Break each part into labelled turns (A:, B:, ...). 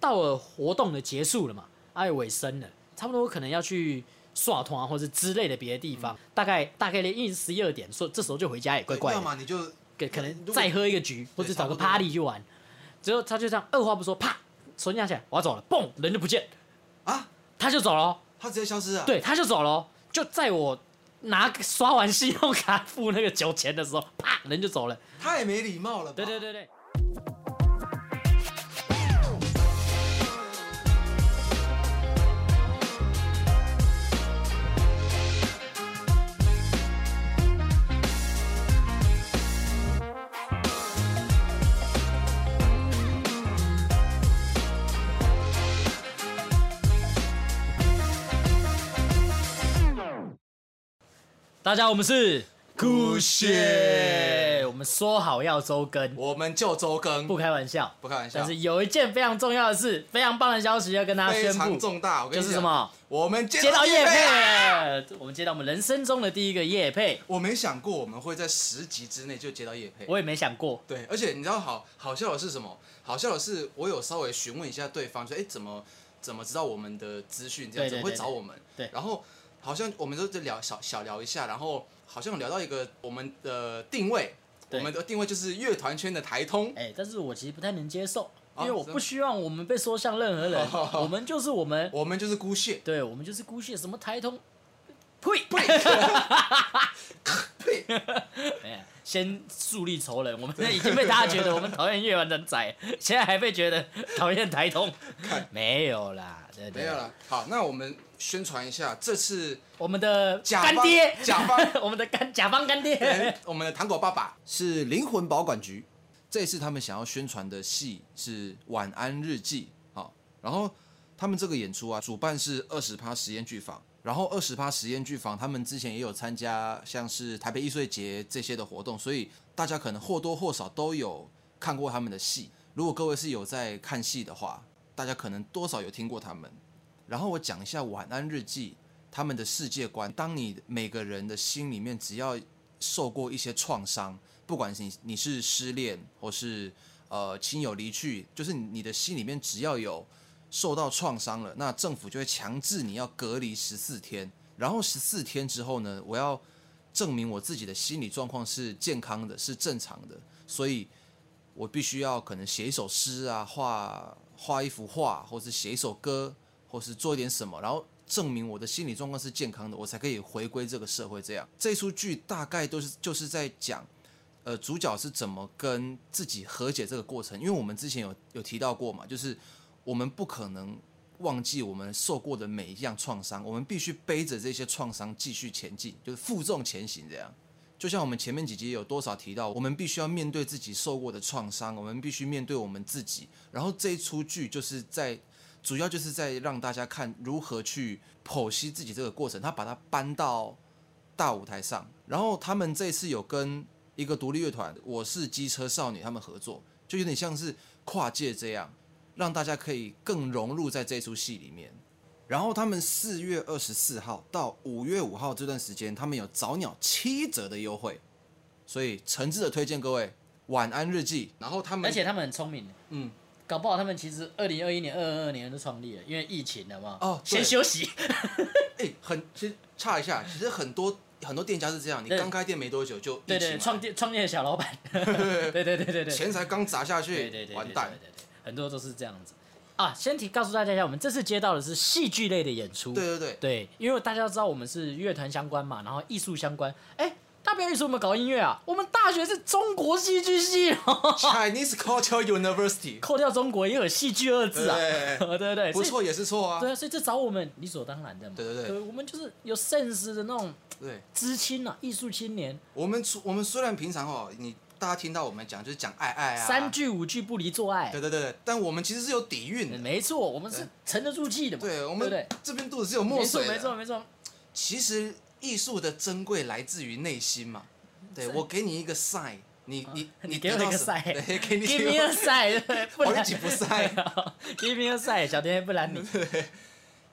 A: 到了活动的结束了嘛，哎，尾声了，差不多可能要去耍团啊或者之类的别的地
B: 嗯
A: 方，大概大概因为十一二点，所以这时候就回家也怪怪
B: 要
A: 的，
B: 么你就
A: 可可能
B: 如果
A: 再喝一个局或者
B: 对
A: 找个
B: 差不多
A: party 去玩，之后他就这样二话不说，啪手机拿起来，我要走了，嘣人就不见，
B: 啊，
A: 他就走了哦，
B: 他直接消失啊。，
A: 对，他就走了哦，就在我拿刷完信用卡付那个酒钱的时候，啪人就走了，
B: 太没礼貌了吧？
A: 对对对对。大家，我们是
B: 姑且
A: 哎我们说好要周更，
B: 我们就周更，
A: 不开玩笑。
B: 不开玩笑
A: 但，是有一件非常重要的事，非常棒的消息要跟大家
B: 非
A: 宣
B: 常
A: 布，
B: 重大。我跟
A: 就
B: 你
A: 是
B: 讲
A: 什？么？
B: 我们接
A: 接到
B: 业
A: 叶
B: 配
A: 配
B: 啊。
A: 了，我们接到我们人生中的第一个叶配，
B: 我没想过我们会在十集之内就接到叶配。
A: 我也没想过。
B: 对，而且你知道好好笑的是什么？好笑的是，我有稍微询问一下对方，说，哎、怎么怎么知道我们的资讯？这样
A: 对
B: 怎
A: 对
B: 么
A: 对
B: 会找我们？
A: 对
B: 然后好像我们都在聊小小聊一下，然后好像有聊到一个我们的定位，我
A: 对
B: 们的定位就是乐团圈的台通。
A: 哎、但是我其实不太能接受，
B: 啊
A: 因为我
B: 是吗
A: 不希望我们被说像任何人，我们就是我们，
B: 我们就是姑 谢，
A: 对我们就是姑且什么台通，呸呸，
B: 呸！
A: 哎，先树立仇人，我们已经被大家觉得我们讨厌越南人仔，现在还被觉得讨厌台通，没有啦，对对
B: 没有，了。好，那我们宣传一下这次
A: 我们的
B: 甲
A: 干
B: 方
A: 爹，
B: 甲方
A: 我们的干甲方干爹
B: 对，我们的糖果爸爸是灵魂保管局，这一次他们想要宣传的戏是《晚安日记》好，然后他们这个演出啊，主办是二十趴实验剧坊，然后二十趴实验剧坊他们之前也有参加像是台北艺术节这些的活动，所以大家可能或多或少都有看过他们的戏。如果各位是有在看戏的话，大家可能多少有听过他们。然后我讲一下《晚安日记》他们的世界观。当你每个人的心里面只要受过一些创伤，不管是你你是失恋，或是呃亲友离去，就是你你的心里面只要有受到创伤了，那政府就会强制你要隔离十四天。然后十四天之后呢，我要证明我自己的心理状况是健康的，是正常的，所以我必须要可能写一首诗啊，画画一幅画，或是写一首歌，或是做一点什么，然后证明我的心理状况是健康的，我才可以回归这个社会。这样，这出剧大概都是就是在讲，呃，主角是怎么跟自己和解这个过程。因为我们之前有有提到过嘛，就是我们不可能忘记我们受过的每一样创伤，我们必须背着这些创伤继续前进，就是负重前行这样。就像我们前面几集有多少提到，我们必须要面对自己受过的创伤，我们必须面对我们自己。然后这一出剧就是在主要就是在让大家看如何去剖析自己这个过程，他把它搬到大舞台上。然后他们这次有跟一个独立乐团《我是机车少女》他们合作，就有点像是跨界这样，让大家可以更融入在这出戏里面。然后他们四月二十四号到五月五号这段时间，他们有早鸟七折的优惠，所以诚挚的推荐各位《晚安日记》。然后他们
A: 而且他们很聪明，
B: 嗯，
A: 搞不好他们其实二零二一年、二二二年就创立了，因为疫情了嘛，
B: 哦对
A: 先休息，
B: 哎、很其实差一下，其实很多很多店家是这样，你
A: 对
B: 刚开店没多久就
A: 对
B: 疫情
A: 对，
B: 来
A: 创业创业的小老 板，对对对对对对，
B: 钱才刚砸下去，
A: 对对对，
B: 完
A: 对
B: 蛋
A: 对。对对很多都是这样子啊。先提告诉大家一下，我们这次接到的是戏剧类的演出，
B: 对对 对，
A: 对，因为大家知道我们是乐团相关嘛，然后艺术相关，哎、大表演说我们搞音乐啊，我们大学是中国戏剧系哦，
B: Chinese Cultural University，
A: 扣掉中国也有戏剧二字啊，
B: 对
A: 对对对，
B: 不
A: 所以。
B: 错也是错啊。
A: 对啊，所以这找我们理所当然的嘛。
B: 对对对
A: 我们就是有 sense 的那种
B: 对，
A: 知青啊，艺术青年，
B: 我们除我们虽然平常哦，你大家听到我们讲就是讲爱爱啊，
A: 三，句五句不离做爱
B: 对。对对对，但我们其实是有底蕴的。
A: 没错，我们是沉得住气的嘛。
B: 对，我
A: 对
B: 们
A: 不
B: 这边肚子是有
A: 对，
B: 墨
A: 没错
B: 水的。啊
A: 没错没错。
B: 其实艺术的珍贵来自于内心嘛。对，我给你一个 sign，你 你
A: 哦你给
B: 得
A: 我一
B: 到
A: 个
B: 什么
A: sign
B: 对，给 你
A: Give me a sign，对不
B: 我
A: 然
B: 一起不 sign
A: 对啊 Give me a sign，小甜甜不拦你。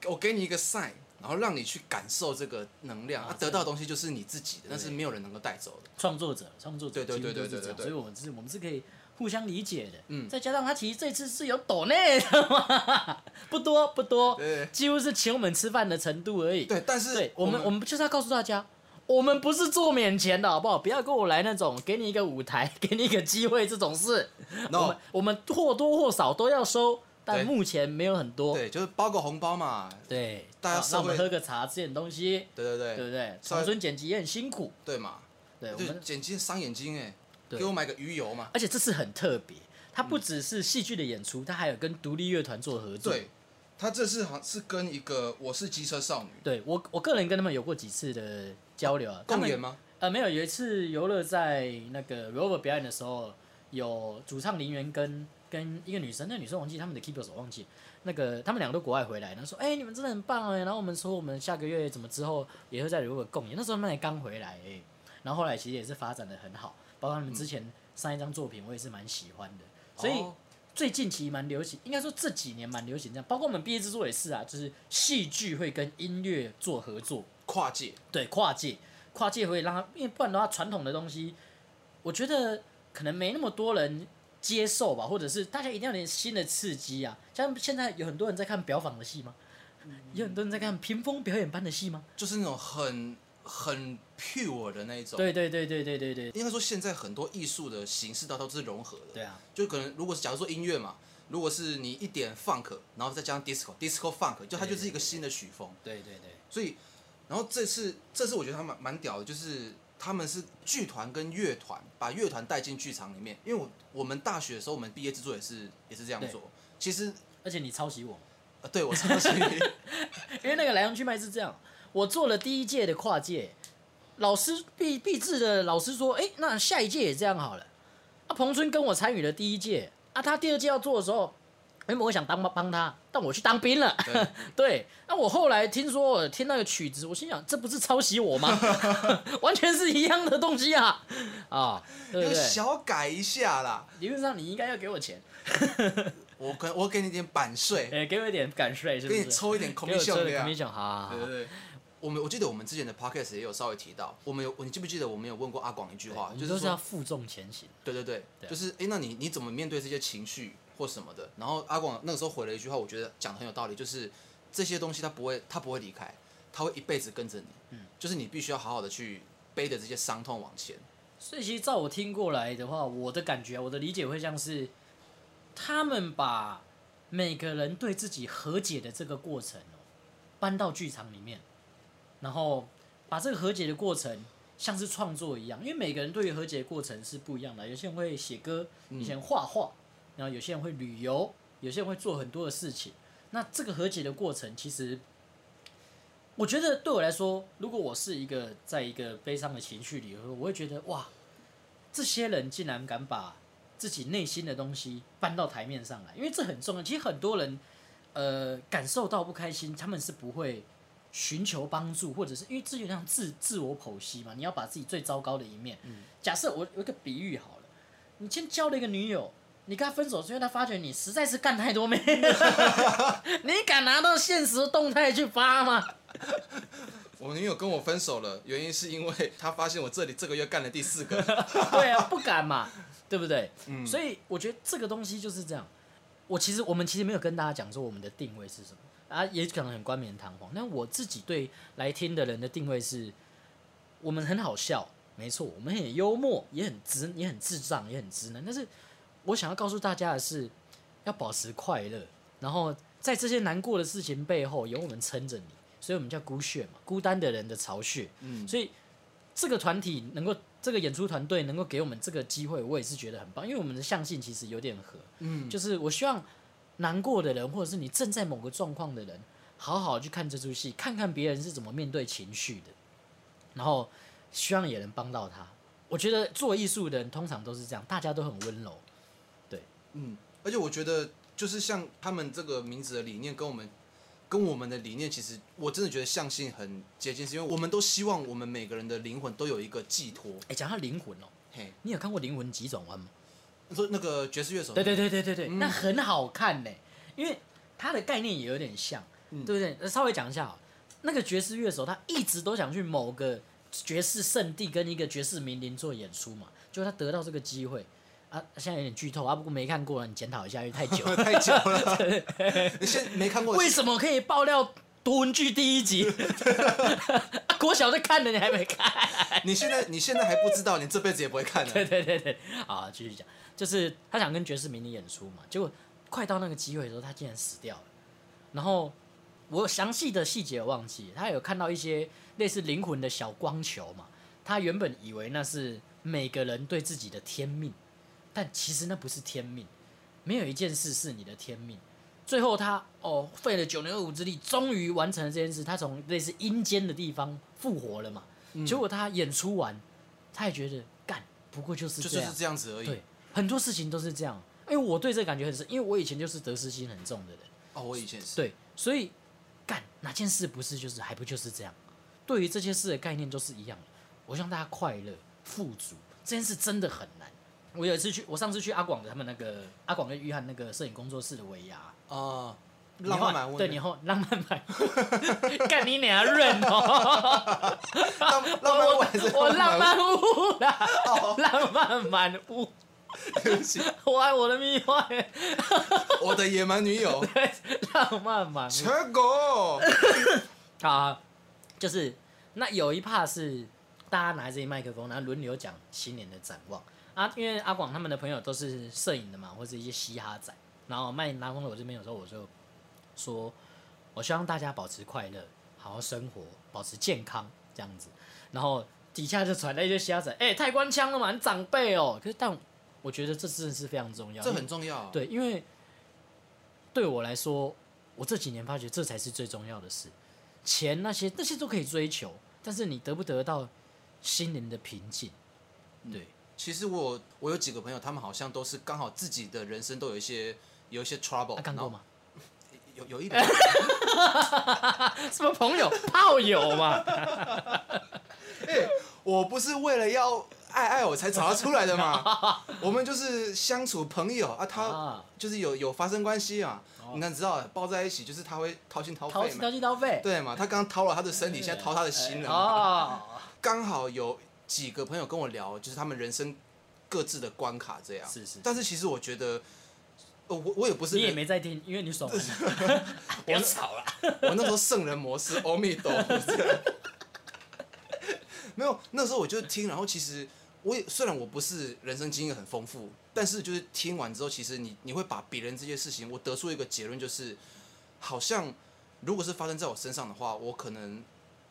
B: 我给你一个 sign，然后让你去感受这个能量，啊、
A: 对
B: 得到的东西就是你自己的，但是没有人能够带走的。
A: 创作者，创作者
B: 对对
A: 几乎
B: 对对
A: 都是
B: 对
A: 这样
B: 对对
A: 所以我们是，我们是可以，互相理解的。
B: 嗯
A: 再加上他其实这次是有抖内的嘛， 不多不多，
B: 对
A: 几乎是请我们吃饭的程度而已。
B: 对，但是
A: 对我们我们就是要告诉大家，我们不是做免钱的好不好？不要跟我来那种给你一个舞台，给你一个机会这种事。我
B: no
A: 们我们或多或少都要收，
B: 对
A: 但目前没有很多。
B: 对，就是包个红包嘛，
A: 对，
B: 大
A: 好
B: 家社
A: 那我们
B: 会
A: 喝个茶，吃点东西，
B: 对对对
A: 对不对？
B: 稍微
A: 长春剪辑也很辛苦，
B: 对嘛，
A: 对我
B: 就
A: 们，
B: 眼睛伤眼睛哎，
A: 对
B: 给我买个鱼油嘛，
A: 而且这次很特别，它不只是戏剧的演出，它还有跟独立乐团做合作。
B: 嗯对，他这次好像是跟一个我是机车少女
A: 对我我个人跟他们有过几次的交流啊，他
B: 共
A: 们
B: 演吗？
A: 呃，没有，有一次游乐在那个 Rover 表演的时候，有主唱林源跟跟一个女生，那女生忘记他们的 keyboard 手忘记，那个他们两个都国外回来，然后说，哎、你们真的很棒哎，然后我们说我们下个月怎么之后也会在 Rover 共演，那时候他们也刚回来哎，然后后来其实也是发展的很好，包括他们之前上一张作品我也是蛮喜欢的，所以
B: 哦
A: 最近其实蛮流行，应该说这几年蛮流行这样，包括我们毕业制作也是啊，就是戏剧会跟音乐做合作，
B: 跨界，
A: 对跨界，跨界会让他，因为不然的话，传统的东西，我觉得可能没那么多人接受吧，或者是大家一定要有点新的刺激啊。像现在有很多人在看表坊的戏吗？有很多人在看屏风表演班的戏吗？
B: 就是那种很很 pure 的那一种。，
A: 对对对对对对对
B: 应该说现在很多艺术的形式它都是融合的。
A: 对啊，
B: 就可能如果是假如说音乐嘛，如果是你一点 funk，然后再加上 disco，disco funk，就它就是一个新的曲风。
A: 对对对，
B: 所以，然后这次这次我觉得他蛮蛮屌的，就是他们是剧团跟乐团把乐团带进剧场里面，因为我我们大学的时候，我们毕业制作也是也是这样
A: 对
B: 做。其实，
A: 而且你抄袭我，
B: 呃，对我超级
A: 因为那个来龙去脉是这样，我做了第一届的跨界，老师毕毕制的老师说，哎、那下一届也这样好了。啊，彭春跟我参与了第一届，啊，他第二届要做的时候，原本我想当帮他，但我去当兵了。
B: 对
A: 对，那我后来听说我听那个曲子，我心想这不是抄袭我吗？ 完全是一样的东西啊！啊，对
B: 要
A: 不对？
B: 小改一下啦。
A: 理论上你应该要给我钱，
B: 我可能我给你点版税，
A: 呃、给我一点感税，是不
B: 给
A: 是？
B: 你抽一点
A: 给我抽
B: commission
A: 的
B: 量。
A: commission，好好好
B: 对对对。我们我记得我们之前的 podcast 也有稍微提到，我们有你记不记得我们有问过阿广一句话，
A: 我
B: 就
A: 们
B: 是
A: 都是要
B: 说，
A: 负重前行。
B: 对对对，
A: 对啊
B: 就是哎、诶那你你怎么面对这些情绪或什么的？然后阿广那个时候回了一句话，我觉得讲的很有道理，就是这些东西它不会它不会离开，它会一辈子跟着你，嗯，就是你必须要好好的去背着这些伤痛往前，
A: 所以其实照我听过来的话，我的感觉，啊我的理解会像是，他们把每个人对自己和解的这个过程哦，搬到剧场里面，然后把这个和解的过程像是创作一样，因为每个人对于和解的过程是不一样的。有些人会写歌，有些人画画，然后有些人会旅游，有些人会做很多的事情。那这个和解的过程，其实我觉得对我来说，如果我是一个在一个悲伤的情绪里，我会觉得哇，这些人竟然敢把自己内心的东西搬到台面上来，因为这很重要。其实很多人呃感受到不开心，他们是不会寻求帮助，或者是因为这就像自自我剖析嘛，你要把自己最糟糕的一面。假设我有一个比喻好了，你先交了一个女友。你跟她分手，是因为她发觉你实在是干太多妹了， 你敢拿到现实动态去发吗？
B: 我女友跟我分手了，原因是因 为她发现我这里这个月干了第四个，
A: 对啊，不敢嘛，对不对？所以我觉得这个东西就是这样。我其实我们其实没有跟大家讲说我们的定位是什么啊，也可能很冠冕堂皇。但我自己对来听的人的定位是，我们很好笑，没错，我们很幽默，也很直，也很智障，也很直男。但是我想要告诉大家的是，要保持快乐，然后在这些难过的事情背后，有我们撑着你，所以我们叫孤穴嘛，孤单的人的巢穴。
B: 嗯，
A: 所以这个团体能够，这个演出团队能够给我们这个机会，我也是觉得很棒，因为我们的象性其实有点合，
B: 嗯，
A: 就是我希望难过的人，或者是你正在某个状况的人，好好去看这出戏，看看别人是怎么面对情绪的，然后希望也能帮到他。我觉得做艺术的人通常都是这样，大家都很温柔，
B: 嗯，而且我觉得就是像他们这个名字的理念跟我们跟我们的理念，其实我真的觉得相信很接近，是因为我们都希望我们每个人的灵魂都有一个寄托。
A: 哎、讲到灵魂哦、
B: 嘿，
A: 你有看过《灵魂急转弯》吗？
B: 你说那个爵士乐手，。
A: 对对对对对对，那很好看呢、因为它的概念也有点像，对不对？呃稍微讲一下好了，那个爵士乐手他一直都想去某个爵士圣地跟一个爵士名伶做演出嘛，就他得到这个机会，啊，现在有点剧透啊，不过没看过了，你检讨一下，因为太久
B: 太久 了，你现在没看过
A: 为什么可以爆料读文具第一集？啊国小在看的，你还没看？
B: 你现在你现在还不知道，你这辈子也不会看
A: 对
B: 的。
A: 对对对，好，继续讲，就是他想跟爵士明尼演出嘛，结果快到那个机会的时候，他竟然死掉了。然后我详细的细节我忘记，他有看到一些类似灵魂的小光球嘛，他原本以为那是每个人对自己的天命，但其实那不是天命，没有一件事是你的天命。最后他哦费了九牛二虎之力，终于完成了这件事。他从类似阴间的地方复活了嘛。
B: 嗯
A: 结果他演出完，他也觉得干，不过就是
B: 就
A: 这
B: 就
A: 样
B: 是。这样子而已
A: 对。，很多事情都是这样。因为我对这个感觉很深，因为我以前就是得失心很重的人。
B: 哦，我以前是，
A: 对，所以干哪件事不是就是还不就是这样？对于这些事的概念都是一样的。我希望大家快乐、富足，这件事真的很难。我有一次去，我上次去阿广的他们那个阿广跟约翰那个摄影工作室的尾牙，
B: 哦，浪漫满屋，
A: 对，你后浪漫版，干你娘润哦！
B: 浪浪漫哦
A: 我
B: 屋还是
A: 我浪
B: 满
A: 漫屋啦，浪漫满屋，
B: 屋，对不起，
A: 我爱我的蜜花，
B: 我的野蛮女友，
A: 浪漫满屋。
B: 车狗，
A: 啊，就是那有一趴是大家拿着麦克风，然后轮流讲新年的展望啊。因为阿广他们的朋友都是摄影的嘛，或者一些嘻哈仔，然后麦拿风的我这边有时候我就说，我希望大家保持快乐，好好生活，保持健康这样子。然后底下就传来一些嘻哈仔，哎、太官腔了嘛，你长辈哦。可是但我觉得这真的是非常重要，
B: 这很重要。，
A: 对，因为对我来说，我这几年发觉这才是最重要的事。钱那些那些都可以追求，但是你得不得到心灵的平静？对，
B: 其实我我有几个朋友，他们好像都是刚好自己的人生都有一些有一些 trouble，
A: 他、看啊过
B: 然后
A: 吗？
B: 有有一点，
A: 什么朋友炮友嘛？
B: 我不是为了要爱爱我才找他出来 的嘛，我们就是相处朋友啊，他
A: 啊，
B: 就是有有发生关系啊
A: 哦，
B: 你看知道抱在一起就是他会掏心掏
A: 掏
B: 肺
A: 心
B: 嘛，
A: 掏心掏肺。
B: 对嘛，他刚掏了他的身体，现在掏他的心了嘛，
A: 哦，
B: 刚好有几个朋友跟我聊，就是他们人生各自的关卡这样。
A: 是是
B: 但是其实我觉得，呃，我我也不是
A: 你也
B: 人
A: 没在听，因为你爽完了。
B: 我吵了，我那时候圣人模式，阿弥陀佛。这样没有，那时候我就听，然后其实我也虽然我不是人生经验很丰富，但是就是听完之后，其实你你会把别人这些事情，我得出一个结论，就是好像如果是发生在我身上的话，我可能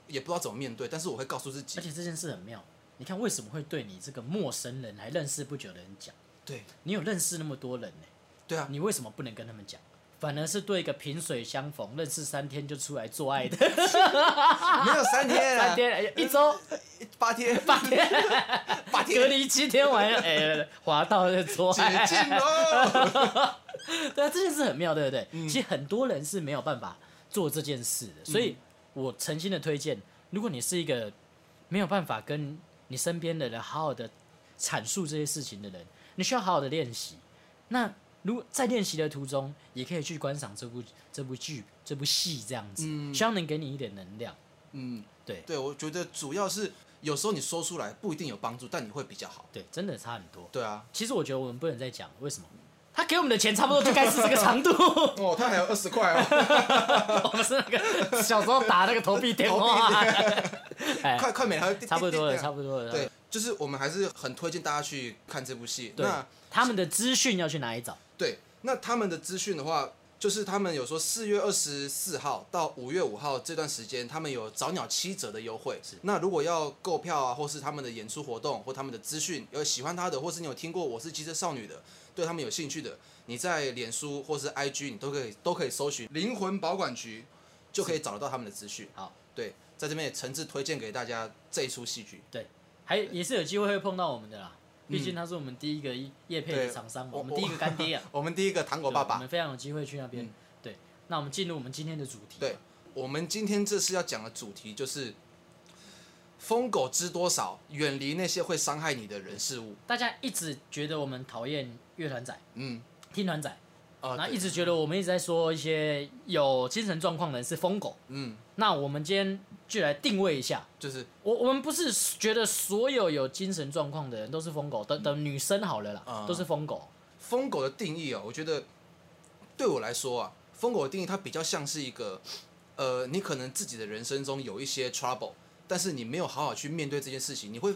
B: 也不知道怎么面对，但是我会告诉自己
A: 而，且这件事很妙，你看为什么会对你这个陌生人还认识不久的人讲？
B: 对
A: 你有认识那么多人呢、
B: 对啊，
A: 你为什么不能跟他们讲？反而是对一个萍水相逢、认识三天就出来做爱的，
B: 没有三天、啊，
A: 三天、哎一周、
B: 八天，
A: 八天
B: 八
A: 隔
B: 天，
A: 离七天晚上，哎，滑到就 做
B: 解
A: 爱。
B: 禁 喽！
A: 对啊，这件事很妙，对不对？其实很多人是没有办法做这件事的，所以我诚心的推荐，如果你是一个没有办法跟你身边的人好好的阐述这些事情的人，你需要好好的练习。那如果在练习的途中，也可以去观赏这部这部剧、这部戏这样子，希望能给你一点能量。
B: 嗯，
A: 对
B: 对，我觉得主要是有时候你说出来不一定有帮助，但你会比较好。
A: 对，真的差很多。
B: 对啊，
A: 其实我觉得我们不能再讲为什么。他给我们的钱差不多就该是这个长 度，
B: 哦，他还有二十 块哦，
A: 我们是那个小时候打那个投币电话， 哎，
B: 快快没了，
A: 差不多了，差
B: 不
A: 不多了。
B: 对，就是我们还是很推荐大家去看这部戏。
A: 对
B: 那
A: 他们的资讯要去哪里找？
B: 对，那他们的资讯的话，就是他们有说四月二十四号到五月五号这段时间，他们有早鸟七折的优惠。那如果要购票啊，或是他们的演出活动或他们的资讯，有喜欢他的，或是你有听过我是机车少女的，对他们有兴趣的，你在脸书或是 IG 你都可以都可以搜寻灵魂保管局，就可以找得到他们的资讯。
A: 好，
B: 对，在这边也诚挚推荐给大家这一出戏剧。
A: 还也是有机会会碰到我们的啦，毕竟他是我们第一个业配的厂商嘛，
B: 嗯对
A: 我们
B: 我
A: 第一个干爹啊，
B: 我们第一个糖果
A: 对
B: 爸
A: 我
B: 爸
A: 们，非常有机会去那边。对，那我们进入我们今天的主题。
B: 对，我们今天这次要讲的主题就是“疯狗知多少，远离那些会伤害你的人事物
A: 大家一直觉得我们讨厌乐团仔”。、
B: 嗯，
A: 听团仔，
B: 啊、
A: 然后
B: 对
A: 一直觉得我们一直在说一些有精神状况的人是疯狗。
B: 嗯，
A: 那我们今天就来定位一下。
B: 就是
A: 我我们不是觉得所有有精神状况的人都是疯狗，等等女生好了啦，
B: 嗯
A: 都是疯狗。
B: 疯狗的定义啊，我觉得对我来说啊，疯狗的定义它比较像是一个，呃，你可能自己的人生中有一些 trouble，但是你没有好好去面对这件事情，你会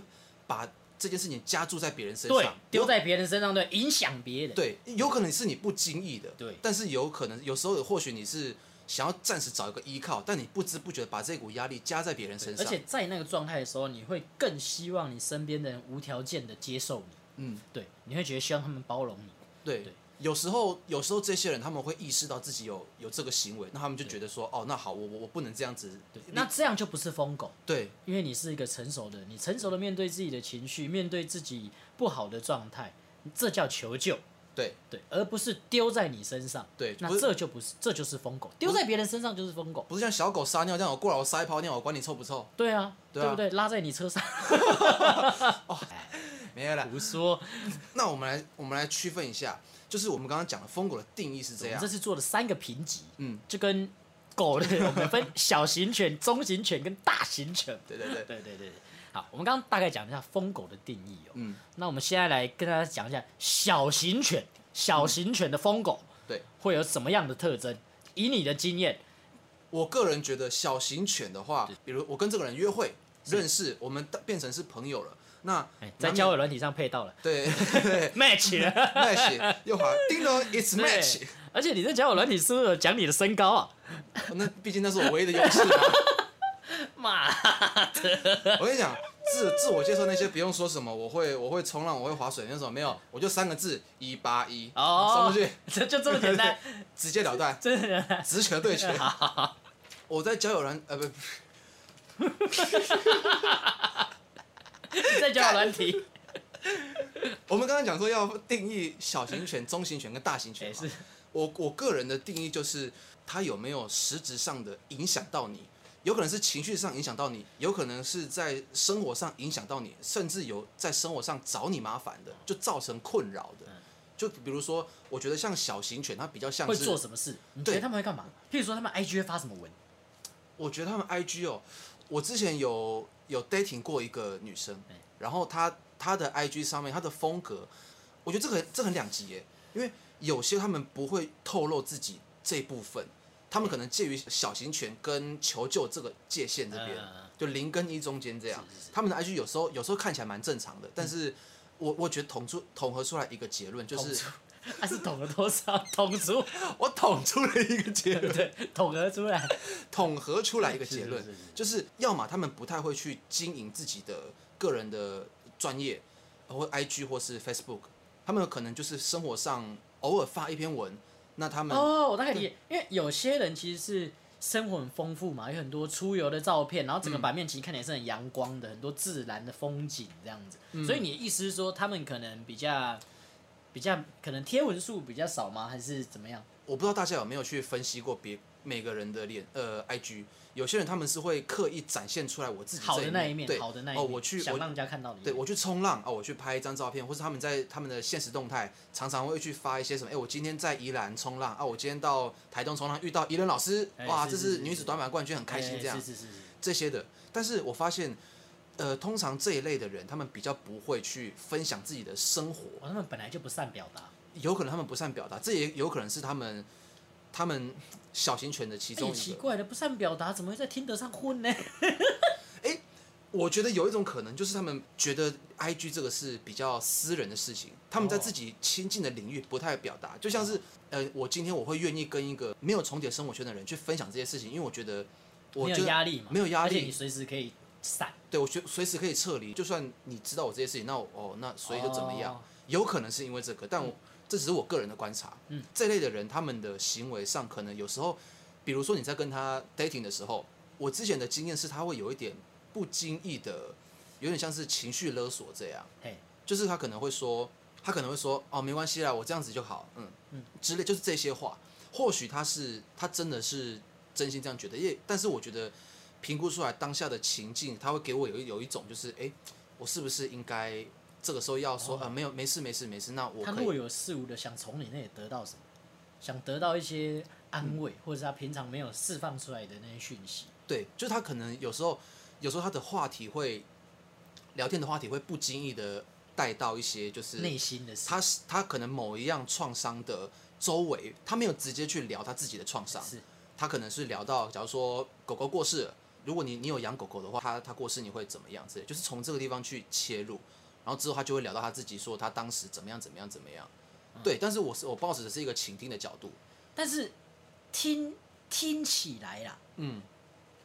B: 把这件事情加注在别人身
A: 对
B: 上，，
A: 丢
B: 有
A: 在别人身上，对，影响别人。
B: 对，有可能是你不经意的，
A: 对
B: 但是有可能有时候或许你是想要暂时找一个依靠，但你不知不觉把这股压力加在别人身
A: 而
B: 上，
A: 且在那个状态的时候，你会更希望你身边的人无条件的接受你，
B: 嗯，
A: 对，你会觉得希望他们包容你。
B: 对
A: 对。
B: 有时候，有时候这些人他们会意识到自己有有这个行为，那他们就觉得说，哦，那好，我我我不能这样子。
A: 对，那这样就不是疯狗，
B: 对，
A: 因为你是一个成熟的人，你成熟的面对自己的情绪，面对自己不好的状态，这叫求救。
B: 对
A: 对，而不是丢在你身上。
B: 对
A: 那
B: 不是
A: 这就不是，这就是疯狗，丢在别人身上就是疯狗。
B: 不是像小狗撒尿这样，我过来我撒一泡尿，我管你臭不臭？
A: 对啊，
B: 对啊
A: 不对？拉在你车上，
B: 没有啦。
A: 胡 说。
B: 那我们来我们来区分一下，就是我们刚刚讲的疯狗的定义是
A: 我
B: 这
A: 们
B: 样
A: 这。次做了三个评级，
B: 啊嗯，
A: 就跟狗的，我们分小型犬、 中型犬跟大型犬。
B: 对对对，
A: 对对对，好，我们刚刚大概讲了一下疯狗的定义哦。
B: 嗯，
A: 那我们现在来跟大家讲一下小型犬，
B: 嗯
A: 小型犬的疯狗
B: 对
A: 会有什么样的特征？以你的经验，
B: 我个人觉得小型犬的话，比如我跟这个人约会认识，我们变成是朋友了，那
A: 哎，在
B: 难免
A: 交友软体上配到了
B: 对对
A: match 了。
B: match 又好，叮咚，it's
A: 对
B: match。
A: 而且你在交友软体是不是有讲你的身高啊？
B: 那毕竟那是我唯一的优势嘛。
A: 妈，
B: 我跟你讲，自自我介绍那些不用说什么，我会我会冲浪，我会划水，那种没有，我就三个字一八一，
A: 哦
B: 上过去
A: 这 就这么简 单，
B: 直截了当。
A: 真的。
B: 直球对决。我在交友软呃不，
A: 你在交友软 体，
B: 我们刚刚讲说要定义小型犬、中型犬跟大型犬
A: 也
B: 嘛。
A: 哎是
B: 我我个人的定义就是，它有没有实质上的影响到你？有可能是情绪上影响到你，有可能是在生活上影响到你，甚至有在生活上找你麻烦的，就造成困扰的。
A: 嗯
B: 就比如说，我觉得像小型犬，它比较像
A: 会
B: 是
A: 做什么事？你觉得
B: 对
A: 他们会干嘛？譬如说他们 IG 会发什么文？
B: 我觉得他们 IG 哦，我之前有有 dating 过一个女生
A: 哎，
B: 然后她她的 IG 上面她的风格，我觉得这个很这很两极耶，因为有些他们不会透露自己这一部分，他们可能介于小型犬跟求救这个界限这边
A: 嗯嗯嗯，
B: 就零跟一中间这样
A: 是是是。
B: 他们的 IG 有时候有时候看起来蛮正常的，但是我我觉得统出统合出来一个结论，就
A: 捅
B: 是
A: 出，还是捅了多少？ 捅出，
B: 我统出了一个结论。
A: 对，捅了出来。
B: 统合出来一个结论
A: 是是是是，
B: 就是要么他们不太会去经营自己的个人的专业，或 IG 或是 Facebook，他们可能就是生活上偶尔发一篇文，那他们、
A: 哦，我大概理解，因为有些人其实是生活很丰富嘛，有很多出游的照片，然后整
B: 嗯
A: 个版面其实看起来是很阳光的，很多自然的风景这样子。
B: 嗯
A: 所以你的意思是说，他们可能比较比较可能贴文数比较少吗？还是怎么样？
B: 我不知道大家有没有去分析过别每个人的脸呃 IG，有些人他们是会刻意展现出来我自己
A: 好
B: 这
A: 的
B: 一
A: 那一面，
B: 对，
A: 好的那一
B: 哦，
A: 面，
B: 我去
A: 想
B: 我
A: 让人家看到的一面。
B: 对我去冲浪啊、我去拍一张照片，或是他们在他们的现实动态常常会去发一些什么，哎、我今天在宜兰冲浪啊，我今天到台东冲浪遇到宜兰老师，
A: 哎
B: 哇，
A: 是
B: 这
A: 是
B: 是
A: 是
B: 女子短板冠军，很开心
A: 哎
B: 这样、
A: 是是是是。
B: 这些的。但是我发现，呃，通常这一类的人，他们比较不会去分享自己的生活，
A: 哦，他们本来就不善表达。
B: 有可能他们不善表达，这也有可能是他们他们小型犬的其
A: 哎
B: 中
A: 也
B: 一
A: 奇
B: 个。
A: 怪了，不善表达怎么会在听得上混呢？
B: 我觉得有一种可能，就是他们觉得 I G 这个是比较私人的事情，他们在
A: 哦
B: 自己亲近的领域不太表达。就像是，呃，我今天我会愿意跟一个没有重叠生活圈的人去分享这些事情，因为我觉得，我
A: 没
B: 觉
A: 有
B: 得
A: 压力嘛，
B: 没有压
A: 而且你
B: 力，
A: 随时可以散，
B: 对我随随时可以撤离。就算你知道我这些事情，那我哦，那所以就怎么样？
A: 哦
B: 有可能是因为这个，但我、这只是我个人的观察。
A: 嗯，
B: 这类的人他们的行为上可能有时候，比如说你在跟他 dating 的时候，我之前的经验是他会有一点不经意的，有点像是情绪勒索这样，
A: 嘿，
B: 就是他可能会说，他可能会说哦没关系啦，我这样子就好，嗯嗯之类，就是这些话。或许他是他真的是真心这样觉得，也但是我觉得评估出来当下的情境，他会给我有一有一种就是，哎、我是不是应该这个时候要说、啊
A: 哦
B: 呃没有没事没事没事，那我
A: 他
B: 可
A: 若
B: 以
A: 有似无的想从你那里得到什么，想得到一些安
B: 嗯
A: 慰，或者是他平常没有释放出来的那些讯息。
B: 对，就他可能有时候，有时候他的话题会，聊天的话题会不经意的带到一些，就是
A: 内心的事，
B: 他是他可能某一样创伤的周围，他没有直接去聊他自己的创伤，
A: 是
B: 他可能是聊到，假如说狗狗过世了，如果你你有养狗狗的话，它它过世你会怎么样之类，就是从这个地方去切入，然后之后他就会聊到他自己说他当时怎么样怎么样怎么样，对，但是我是我抱持的是一个倾听的角度，
A: 但是听听起来啦，
B: 嗯，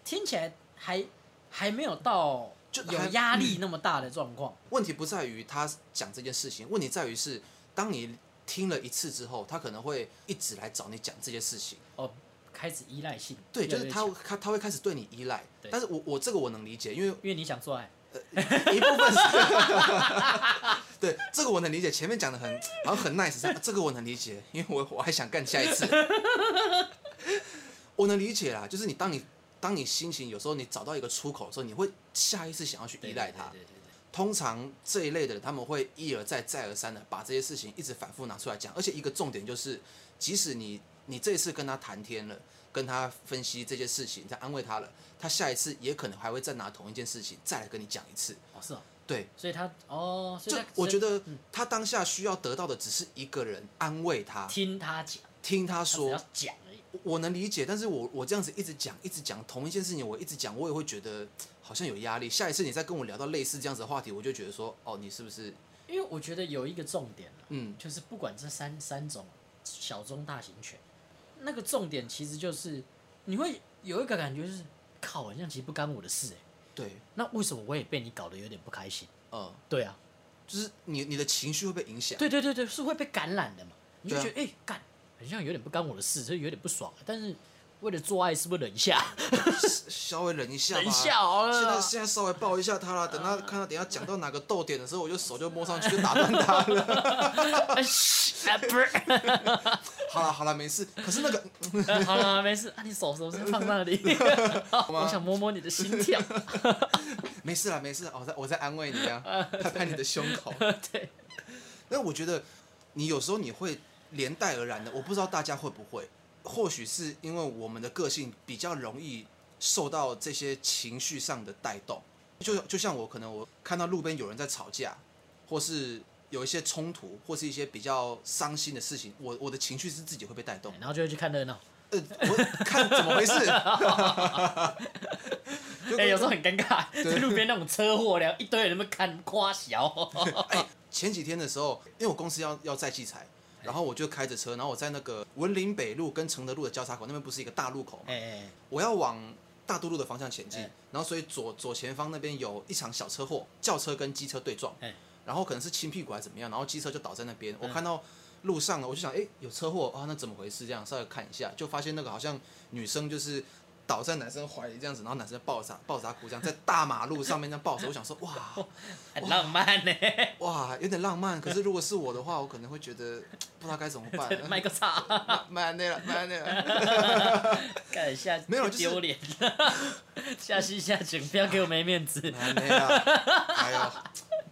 A: 听起来还还没有到
B: 就还
A: 有压力那么大的状况。
B: 问题不在于他讲这件事情，问题在于是当你听了一次之后，他可能会一直来找你讲这件事情。
A: 哦，开始依赖性，
B: 对，
A: 越
B: 就
A: 来
B: 是
A: 越
B: 他
A: 强
B: 会他他会开始对你依赖
A: 对，
B: 但是我我这个我能理解，因为
A: 因为你想做爱，
B: 一部分是， 对，这个我能理解。前面讲的很好像很 nice，这样啊这个我能理解，因为我我还想干下一次， 我能理解啦。就是你当你当你心情有时候你找到一个出口的时候，你会下意识想要去
A: 对
B: 依赖它。
A: 对对对对
B: 通常这一类的人，他们会一而再、再而三的把这些事情一直反复拿出来讲，而且一个重点就是，即使你你这一次跟他谈天了，跟他分析这件事情，再安慰他了，他下一次也可能还会再拿同一件事情再来跟你讲一次。
A: 对哦是哦，
B: 对，
A: 所以他哦，所以
B: 就
A: 他
B: 我觉得他当下需要得到的只是一个人安慰他，
A: 听他讲，
B: 听他
A: 他只
B: 说
A: 要，讲而已，
B: 我我能理解，但是我我这样子一直讲一直讲同一件事情，我一直讲，我也会觉得好像有压力。下一次你再跟我聊到类似这样子的话题，我就觉得说，哦，你是不是
A: 因为我觉得有一个重点啊
B: 嗯？
A: 就是不管这三三种小中大型犬，那个重点其实就是你会有一个感觉就是，靠，好像其实不干我的事哎、
B: 对，
A: 那为什么我也被你搞得有点不开心？
B: 嗯，
A: 对啊，
B: 就是你你的情绪会被影响。
A: 对对对对，是会被感染的嘛？你就
B: 对啊
A: 觉得哎，干、很像有点不干我的事，就有点不爽。啊但是为了做爱，是不是忍一 下？
B: 稍微忍一下吧。
A: 忍一下好了啊
B: 现在
A: 啦。
B: 现在稍微抱一下他了，等他看他等一下讲到哪个逗点的时候，我就手就摸上去就打断他了。
A: 哎嘘啊，不是，
B: 好了好了，没事。可是那个，
A: 呃 好了，没事。啊，你手是不是放那 里？我想摸摸你的心跳。
B: 没事啦，没事啦，哦我在我在安慰你啊，拍拍你的胸口。
A: 对，
B: 但我觉得你有时候你会连带而然的，我不知道大家会不会，或许是因为我们的个性比较容易受到这些情绪上的带动。就就像我可能我看到路边有人在吵架，或是有一些冲突，或是一些比较伤心的事情，我我的情绪是自己会被带动的。
A: 然后就会去看热闹。
B: 呃，我看怎么回事？ 就
A: 哎、有时候很尴尬，在路边那种车祸，然后一堆人在那边看夸 小。
B: 哎，前几天的时候，因为我公司要要载器材，然后我就开着车，然后我在那个文林北路跟承德路的交叉口那边不是一个大路口嘛，
A: 哎、哎
B: 我要往大都路的方向前进
A: 哎，
B: 然后所以左左前方那边有一场小车祸，轿车跟机车对撞
A: 哎，
B: 然后可能是亲屁股还是怎么样，然后机车就倒在那边。我
A: 嗯
B: 看到路上了，我就想，哎，有车祸啊，那怎么回事？这样稍微看一下，就发现那个好像女生就是。倒在男生怀里这样子，然后男生抱着她抱着她哭，这样在大马路上面这样抱着，我想说哇，
A: 很浪漫呢、
B: 哇，有点浪漫。可是如果是我的话，我可能会觉得不知道该怎么办。
A: 卖个叉，
B: 买那了，买那了。
A: 干下
B: 没有就是
A: 丢脸， 下戏下井，不要给我没面子。
B: 哎呀，哎呦，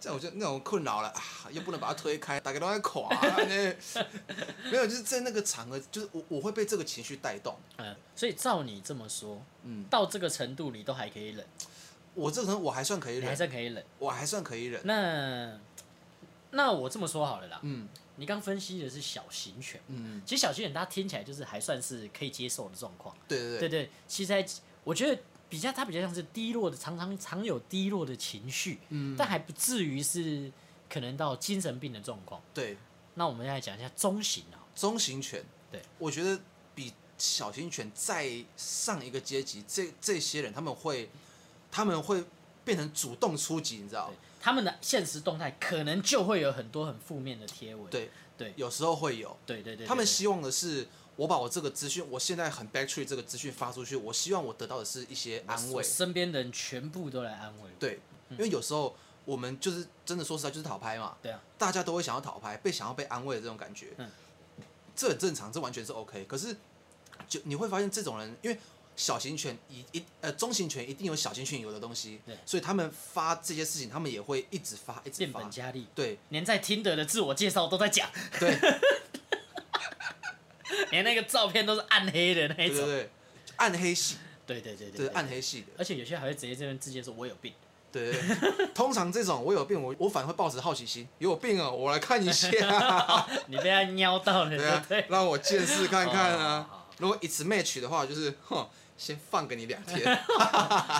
B: 这样我就那种困扰了啊，又不能把它推开，大家都在垮、啊。那 没有，就是在那个场合，就是我我会被这个情绪带动。
A: 嗯，所以照你这么说，
B: 嗯，
A: 到这个程度你都还可以忍，
B: 我这个人我还算可以
A: 你还
B: 忍，
A: 算可以忍。
B: 我还算可以忍。
A: 那那我这么说好了啦，
B: 嗯
A: 你刚分析的是小型犬，
B: 嗯，
A: 其实小型犬它听起来就是还算是可以接受的状况。
B: 对对
A: 对
B: 对，
A: 对，其实还我觉得比较它比较像是低落的，常常常有低落的情绪，
B: 嗯
A: 但还不至于是可能到精神病的状况。
B: 对，
A: 那我们来讲一下中型啊，
B: 中型犬，
A: 对，
B: 我觉得比小型犬再上一个阶级，这这些人他们会他们会变成主动出击，你知道吗
A: 对？他们的现实动态可能就会有很多很负面的贴文。
B: 对
A: 对
B: 有时候会有。
A: 对对对对，
B: 他们
A: 对
B: 希望的是，我把我这个资讯，我现在很 backtree 这个资讯发出去，我希望我得到的是一些安
A: 我
B: 慰。
A: 身边的人全部都来安慰我。
B: 对，因为有时候我们就是真的说实在就是讨拍嘛，
A: 对啊，
B: 大家都会想要讨拍，被想要被安慰的这种感觉，
A: 嗯
B: 这很正常，这完全是 OK。可是就你会发现这种人，因为小型犬一一呃中型犬一定有小型犬有的东西
A: 对，
B: 所以他们发这些事情，他们也会一直发，一直
A: 变本
B: 发。
A: 加厉，
B: 对
A: 连在听得的自我介绍都在讲，
B: 对，
A: 连那个照片都是暗黑的那一
B: 对对
A: 种。
B: 对，暗黑系，
A: 对对对
B: 对
A: 对，
B: 暗黑系的，
A: 而且有些还会直接这边直接说我有病，
B: 对对对。 通常这种我有病，我我反而会抱着好奇心，有病啊，我来看 一下，
A: 你被他瞄到了，
B: 对
A: 对
B: 啊
A: 不对，？哦
B: 让我见识看看
A: 好好
B: 啊
A: 好。
B: 如果 it's match 的话，就是哼，先放给你两天。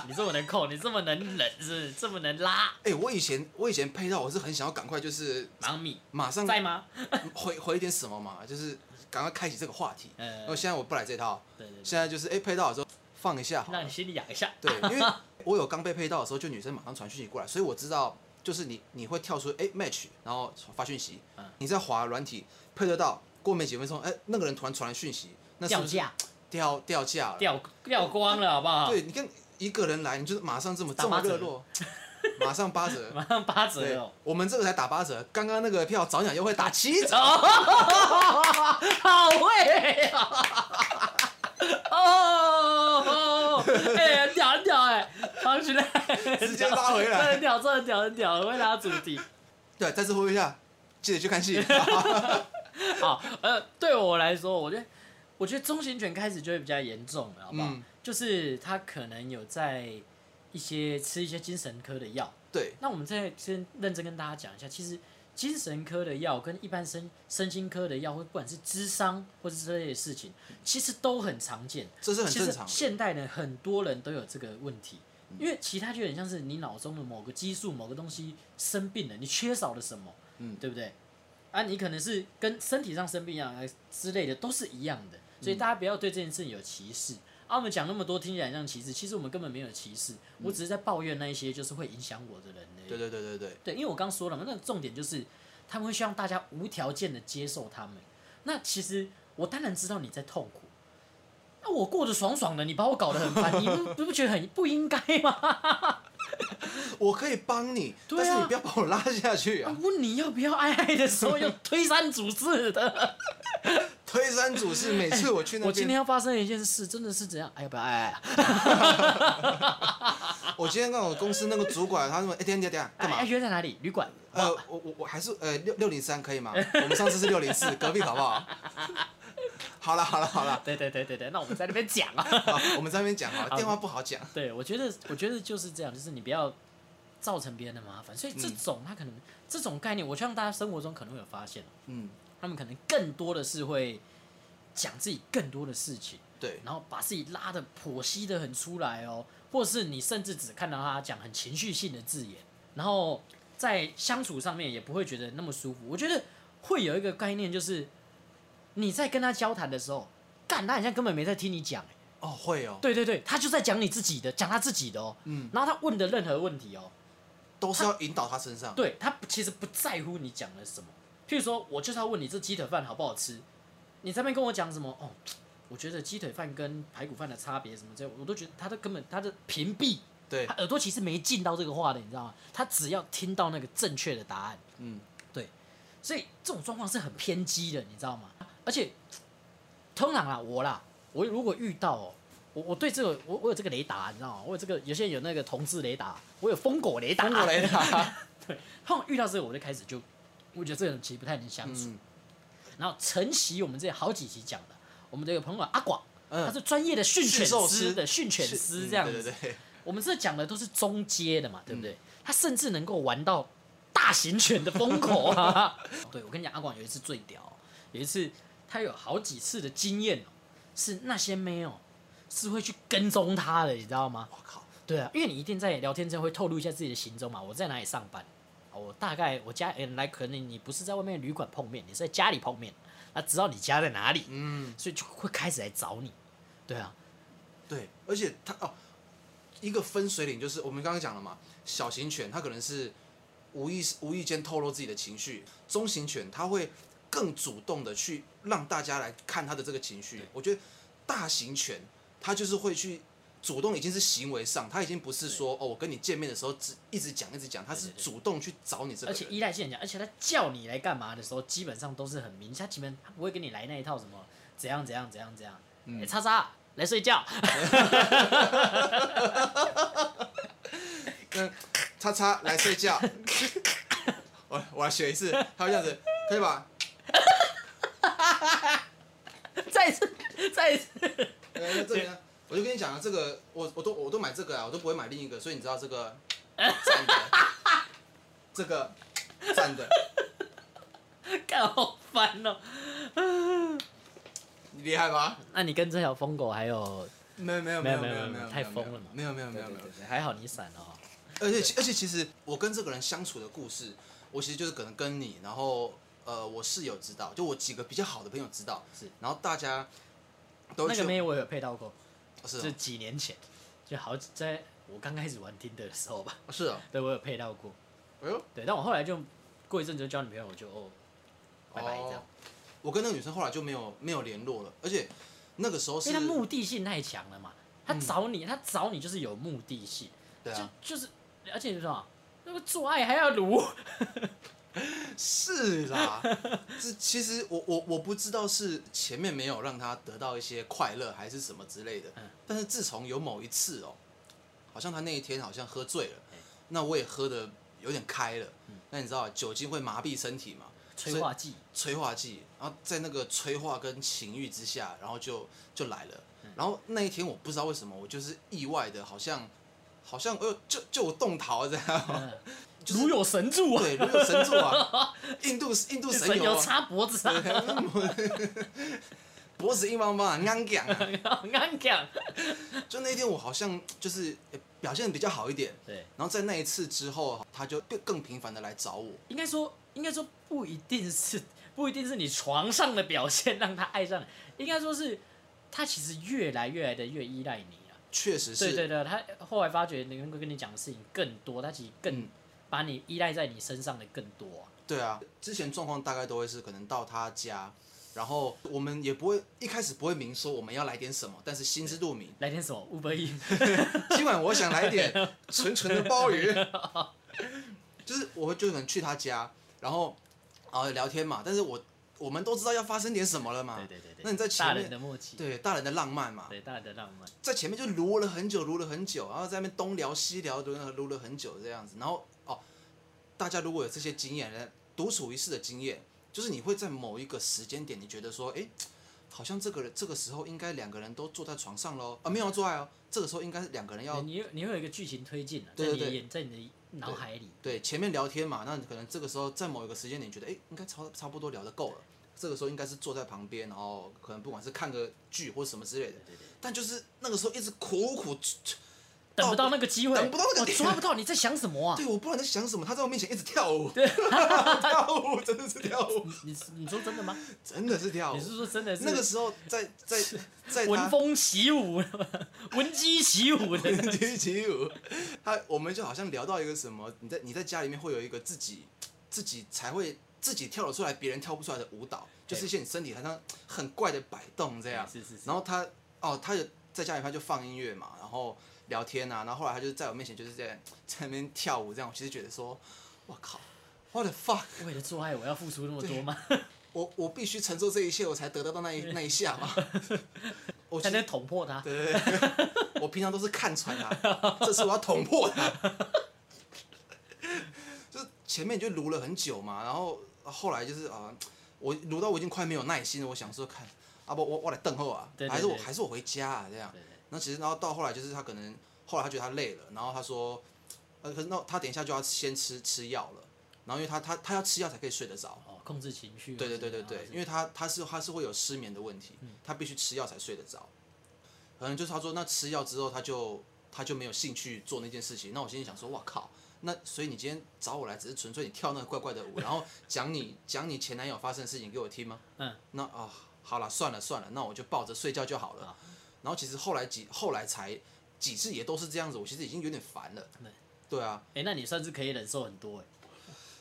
A: 你这么能控，你这么能忍，是不是这么能拉，
B: 哎、我以前我以前配到，我是很想要赶快就是
A: 盲米
B: 马上
A: 在吗？
B: 回回一点什么嘛，就是赶快开启这个话题。
A: 呃
B: 然后现在我不来这套，
A: 对对对，
B: 现在就是哎、配到的时候放一下好了
A: 让你心里痒一下。
B: 对，因为我有刚被配到的时候，就女生马上传讯息过来，所以我知道就是你你会跳出哎、match，然后发讯息，
A: 嗯
B: 你在滑软体配得到，过没几分钟哎、那个人突然传来讯息，那是
A: 掉
B: 不是
A: 价，
B: 掉掉价了？
A: 掉掉光了，好不好？
B: 对，你看一个人来，你就是马上这么
A: 打
B: 这么
A: 八折
B: 热 络，马上八折。
A: 马上八折
B: 对
A: 哦。，
B: 我们这个才打八折，刚刚那个票早鸟优惠打七折。
A: 哦好会啊！哦，哎，很屌很屌哎，藏起来，
B: 直接拉回来
A: 这很屌，这很屌，很屌，很会拉主题。
B: 对，再次呼吁一下，记得去 看戏。
A: 好，呃，对我来说，我觉得，我觉得中型犬开始就会比较严重了，好不好？
B: 嗯
A: 就是它可能有在一些吃一些精神科的药。
B: 对，
A: 那我们再先认真跟大家讲一下，其实精神科的药跟一般身身心科的药，或不管是智商或是这类的事情，其实都很常见。
B: 这是很
A: 其实
B: 正常的。嗯
A: 现代人很多人都有这个问题，因为其他就有点像是你脑中的某个激素、某个东西生病了，你缺少了什么，
B: 嗯
A: 对不对？啊，你可能是跟身体上生病一样呃之类的，都是一样的，所以
B: 嗯
A: 大家不要对这件事情有歧视。啊，我们讲那么多听起来像歧视，其实我们根本没有歧视，
B: 嗯
A: 我只是在抱怨那一些就是会影响我的人而已
B: 对对对对对，
A: 对，因为我刚说了嘛，那个重点就是他们会希望大家无条件的接受他们。那其实我当然知道你在痛苦，那我过得爽爽的，你把我搞得很烦，你不 不觉得很不应该吗？
B: 我可以帮你，
A: 对啊嗯
B: 但是你不要把我拉下 去啊！
A: 问你要不要爱爱的时候要推三阻四 的。
B: 推三阻四，每次我去那边，
A: 我今天要发生的一件事，真的是怎样？哎，要不要爱爱啊？
B: 我今天跟我公司那个主管，他说：“哎、等一下等一下等一下，干
A: 哎，
B: 嘛？
A: 哎约在哪里？旅馆。
B: 呃，我我我还是呃六六零三可以吗？我们上次是六零四，隔壁好不好？好了好了好了，
A: 对对对对对，那我们在那边讲啊。
B: 好，我们在那边讲好了，
A: 好
B: 电话不好讲。
A: 对，我觉得我觉得就是这样，就是你不要造成别人的麻烦。所以
B: 嗯
A: 这种他可能这种概念，我相信大家生活中可能会有发现。啊
B: 嗯，
A: 他们可能更多的是会讲自己更多的事情，
B: 对，
A: 然后把自己拉的剖析的很出来哦，或者是你甚至只看到他讲很情绪性的字眼，然后在相处上面也不会觉得那么舒服。我觉得会有一个概念，就是你在跟他交谈的时候，干他好像根本没在听你讲、欸
B: 哦会哦，
A: 对对对，他就在讲你自己的，讲他自己的哦，
B: 嗯，
A: 然后他问的任何问题哦，
B: 都是要引导他身上。
A: 对他不其实不在乎你讲了什么。譬如说，我就是要问你这鸡腿饭好不好吃，你在那边跟我讲什么？哦，我觉得鸡腿饭跟排骨饭的差别什么这，我都觉得他都根本他的屏蔽，
B: 对
A: 他，耳朵其实没进到这个话的，你知道吗？他只要听到那个正确的答案，
B: 嗯，
A: 对，所以这种状况是很偏激的，你知道吗？而且通常啦，我啦，我如果遇到、哦。我我对这个我我有这个雷达，你知道吗？我有这个有些人有那个同志雷达，我有疯狗雷达，
B: 中国雷
A: 啊
B: 达。
A: 碰遇到这个，我就开始就，我觉得这个人其实不太能相处。
B: 嗯
A: 然后晨曦，我们这好几期讲的，我们这个朋友阿广，他
B: 嗯，
A: 是专业的训犬
B: 驯兽
A: 师
B: 师
A: 的训犬师这样
B: 嗯
A: 子。
B: 对对嗯对，
A: 我们这讲的都是中阶的嘛，对不对？他甚至能够玩到大型犬的风口 啊！对，我跟你讲，阿广有一次最屌哦、有一次他有好几次的经验、哦，是那些妹哦，是会去跟踪他的，你知道吗？
B: 我靠，
A: 对啊，因为你一定在聊天之后会透露一下自己的行踪嘛。我在哪里上班？哦我大概我家人来，可能你不是在外面的旅馆碰面，你是在家里碰面，那知道你家在哪里，
B: 嗯，
A: 所以就会开始来找你。对啊，
B: 对，而且它哦，一个分水岭就是我们刚刚讲了嘛，小型犬它可能是无意无意间透露自己的情绪，中型犬它会更主动的去让大家来看它的这个情绪
A: 对。
B: 我觉得大型犬它就是会去。主动已经是行为上，它已经不是说哦，我跟你见面的时候只一直讲一直讲，它是
A: 对对对
B: 主动去找你这个
A: 而
B: 人。
A: 且依赖性很强，而且他叫你来干嘛的时候，基本上都是很明显，他基本他不会跟你来那一套什么怎样怎样怎样怎样，哎、叉叉来睡觉，
B: 嗯，叉叉来睡觉。我我来学一次，他会这样子，可以吧？
A: 再再次
B: 呃，这个呢我就跟你讲啊，这个我我都我都买这个啊，我都不会买另一个，所以你知道这个赞的，这个赞的，
A: 干好烦哦、
B: 你厉害吧？
A: 那你跟这条疯狗还有
B: 没有没有
A: 没有
B: 有没
A: 没有
B: 没
A: 没有
B: 有
A: 太疯了嘛
B: 没有没有没
A: 对
B: 有
A: 对
B: 没有
A: 对，对还好你闪了、哦。
B: 而且而且其实我跟这个人相处的故事，我其实就是可能跟你，然后呃我室友知道，就我几个比较好的朋友知道，
A: 是，
B: 然后大家都会
A: 那个
B: 去
A: 妹我有配到过，
B: 哦是
A: 是几年前，就好几在我刚开始玩 Tinder 的时候吧，
B: 哦是哦，
A: 对我有配到过。
B: 哎呦，
A: 对，但我后来就过一阵子就交女朋友，我就哦，拜拜这
B: 哦
A: 样，
B: 我跟那个女生后来就没有没有联络了，而且那个时候是
A: 因为他目的性太强了嘛，他
B: 嗯
A: 找你，他找你就是有目的性，
B: 对啊，
A: 就就是，而且你知道吗那个做爱还要 撸，
B: 是啦，这其实我我我不知道是前面没有让他得到一些快乐还是什么之类的
A: 嗯，
B: 但是自从有某一次哦，好像他那一天好像喝醉了
A: 哎，
B: 那我也喝的有点开了，那你知道酒精会麻痹身体嘛，
A: 催化剂，
B: 催化剂，然后在那个催化跟情欲之下，然后就就来了，然后那一天我不知道为什么，我就是意外的，好像好像呃就就我动桃这样，
A: 嗯如有神助 啊，
B: 对，如有神助 啊，印度印度神
A: 神
B: 油
A: 油
B: 啊。
A: 插脖子上，
B: 脖子硬邦邦啊，娘讲啊！
A: 我刚讲，
B: 就那天我好像就是呃表现得比较好一点，
A: 对，
B: 然后在那一次之后，他就更更频繁的来找我。
A: 应该说，应该说不一定是不一定是你床上的表现让他爱上你，应该说是他其实越来越来的越依赖你啊了。
B: 确实
A: 对
B: 是，
A: 对对，他后来发觉能够跟你讲的事情更多，他其实更
B: 嗯
A: 把你依赖在你身上的更多啊、
B: 对啊，之前状况大概都会是可能到他家，然后我们也不会一开始不会明说我们要来点什么，但是心知肚 明，
A: 来点什么五百亿？
B: 今晚我想来点纯纯的鲍 鱼，就是我会就可能去他家，然后啊、呃聊天嘛，但是我我们都知道要发生点什么了嘛，
A: 对对对对，
B: 啊那你在前
A: 大
B: 面
A: 人的默契，
B: 对大人的浪漫嘛，
A: 对大人的浪漫，
B: 在前面就撸了很久，撸了很久，然后在那边东聊西聊，撸了撸了很久这样子。然后哦，大家如果有这些经验，呢，独处一室的经验，就是你会在某一个时间点，你觉得说，哎，好像这个人这个时候应该两个人都坐在床上喽，啊，没有做爱哦，这个时候应该是两个人要
A: 对你有你会有一个剧情推进啊，在
B: 对对
A: 你的
B: 对
A: 眼在你的脑海里，
B: 对前面聊天嘛，那你可能这个时候在某一个时间点，你觉得哎，诶应该差差不多聊得够了，这个时候应该是坐在旁边，然后可能不管是看个剧或什么之类的，
A: 对对对，
B: 但就是那个时候一直苦苦
A: 等不到那个机会，
B: 等不到那个
A: 我
B: 点
A: 抓不到你在想什么啊
B: 对，？我不知道你在想什么，他在我面前一直跳舞，跳舞，真的是跳舞，
A: 你你说真的吗？
B: 真的是跳舞
A: 你。是说真的是
B: 那个时候在在在
A: 闻
B: 他
A: 风起舞， 闻鸡起舞 的？
B: 起起舞， 他我们就好像聊到一个什么，你在你在家里面会有一个自己自己才会自己跳得出来，别人跳不出来的舞蹈，就是一些你身体好像很怪的摆动这样。
A: 哎是是是
B: 然，后他哦，他有在家里他就放音乐嘛，然后聊天啊，然后后来他就在我面前就是在在那边跳舞这样，我其实觉得说，我靠，what the fuck。
A: 为了做爱我要付出那么多吗？
B: 我我必须承受这一切，我才得得到那一那一下 嘛。我
A: 才
B: 其实
A: 能捅破它？
B: 对对对，我平常都是看穿 他，这次我要捅破他。 就是前面就撸了很久嘛，然后后来就是啊、我撸到我已经快没有耐心了，我想说看，啊不，我我来等候啊，
A: 对对
B: 还是我
A: 对
B: 还是我回家啊这样。
A: 对对对
B: 那其实然后到后来就是他可能后来他觉得他累了，然后他说，呃，可是那他等一下就要先吃吃药了，然后因为他他他要吃药才可以睡得着。
A: 哦，控制情绪。
B: 对对对对
A: 或者
B: 对
A: 是，
B: 因为他他是他是会有失眠的问题，
A: 嗯
B: 他必须吃药才睡得着。可能就是他说，那吃药之后他就他就没有兴趣做那件事情。那我心里想说，哇靠，那所以你今天找我来只是纯粹你跳那个怪怪的舞，然后讲你讲你前男友发生的事情给我听吗？
A: 嗯，
B: 那啊，好了算了算了，那我就抱着睡觉就好了
A: 好。
B: 然后其实后来几后来才几次也都是这样子，我其实已经有点烦了
A: 对。
B: 对啊，
A: 哎、那你算是可以忍受很多哎、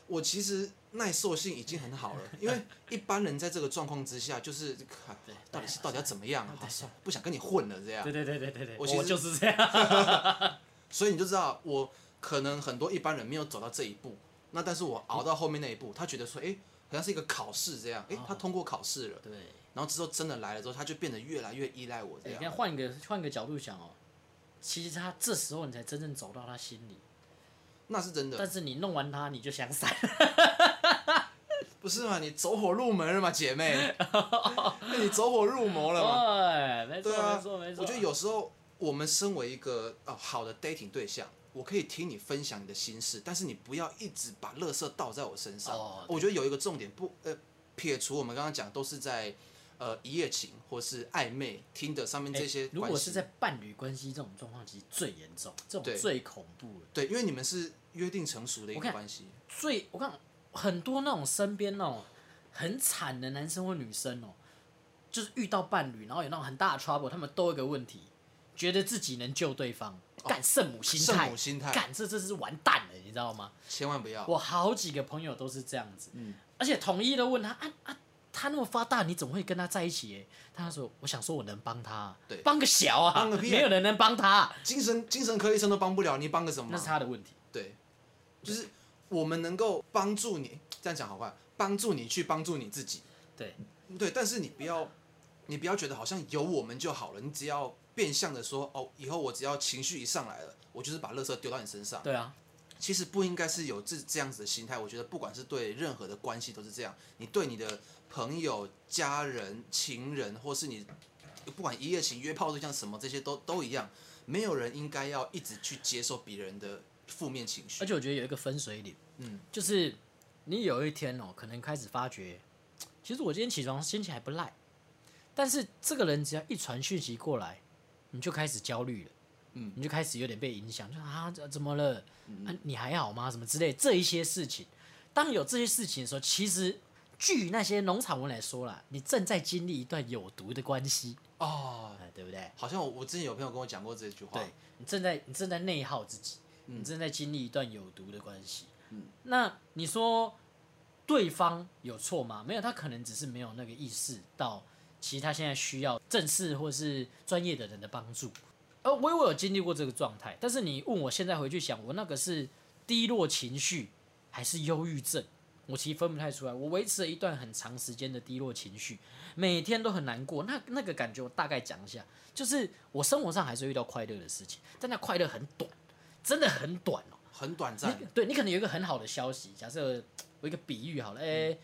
B: 我其实耐受性已经很好了，因为一般人在这个状况之下，就是看到底是到底要怎么样啊？啊算了，不想跟你混了这样
A: 对。对对对对对，
B: 我
A: 我
B: 其实
A: 就是这 样。
B: 所以你就知道，我可能很多一般人没有走到这一步，那但是我熬到后面那一步，他觉得说，诶，好像是一个考试这样，诶，他通过考试了，
A: 对，
B: 然后之后真的来了之后，他就变得越来越依赖我这
A: 诶你看
B: 样。
A: 换个换个角度想哦，其实他这时候你才真正走到他心里，
B: 那是真的，
A: 但是你弄完他你就想散，
B: 不是嘛？你走火入门了嘛，姐妹？那你走火入魔了 嘛？
A: 对，没错、
B: 对啊，
A: 没错没错。
B: 我觉得有时候我们身为一个哦好的 dating 对象，我可以听你分享你的心事，但是你不要一直把乐色倒在我身上。
A: 哦对
B: 我觉得有一个重点不呃，撇除我们刚刚讲都是在呃一夜情或是暧昧、听的上面
A: 哎
B: 这些关系、
A: 如果是在伴侣关系这种状况，其实最严重，这种
B: 对
A: 最恐怖了。
B: 对，因为你们是约定成熟的一
A: 我
B: 个
A: 看
B: 关系，
A: 最我看很多那种身边那种很惨的男生或女生哦、就是遇到伴侣，然后有那种很大的 trouble，他们都有一个问题，觉得自己能救对方，
B: 哦
A: 干圣母心态，
B: 圣母心态
A: 干这这是完蛋了，你知道吗？
B: 千万不要。
A: 我好几个朋友都是这样子，
B: 嗯
A: 而且统一都问他啊啊，他那么发大，你怎么会跟他在一起、欸？他说，我想说我能帮他，
B: 对
A: 帮个小啊，
B: 帮个屁啊
A: 没有人能帮他啊，
B: 精神精神科医生都帮不了，你帮个什么
A: 那
B: 忙
A: 是？他的问题。
B: 对，就是我们能够帮助你，这样讲好快，帮助你去帮助你自己。
A: 对，
B: 对，但是你不要，你不要觉得好像有我们就好了，你只要变相的说，哦，以后我只要情绪一上来了，我就是把垃圾丢到你身上。
A: 对啊，
B: 其实不应该是有这这样子的心态。我觉得不管是对任何的关系都是这样，你对你的朋友、家人、情人，或是你不管一夜情、约炮对象什么，这些都都一样，没有人应该要一直去接受别人的负面情绪
A: 而。且我觉得有一个分水岭，
B: 嗯，
A: 就是你有一天哦、可能开始发觉，其实我今天起床心情还不赖，但是这个人只要一传讯息过来，你就开始焦虑了，
B: 嗯，
A: 你就开始有点被影响，就啊怎怎么了？啊，你还好吗？什么之类这一些事情，当有这些事情的时候，其实据那些农场文来说啦，你正在经历一段有毒的关系，
B: 哦，
A: 哎、对不对？
B: 好像我我之前有朋友跟我讲过这句话
A: 对，你正在你正在内耗自己，你正在经历一段有毒的关系。那你说对方有错吗？没有，他可能只是没有那个意识到，其实他现在需要正式或是专业的人的帮助。呃，我我有经历过这个状态，但是你问我现在回去想，我那个是低落情绪还是忧郁症？我其实分不太出来，我维持了一段很长时间的低落情绪，每天都很难过。那那个感觉，我大概讲一下，就是我生活上还是会遇到快乐的事情，但那快乐很短，真的很短哦。
B: 很短暂
A: 你，对你可能有一个很好的消息，假设我一个比喻好了，哎、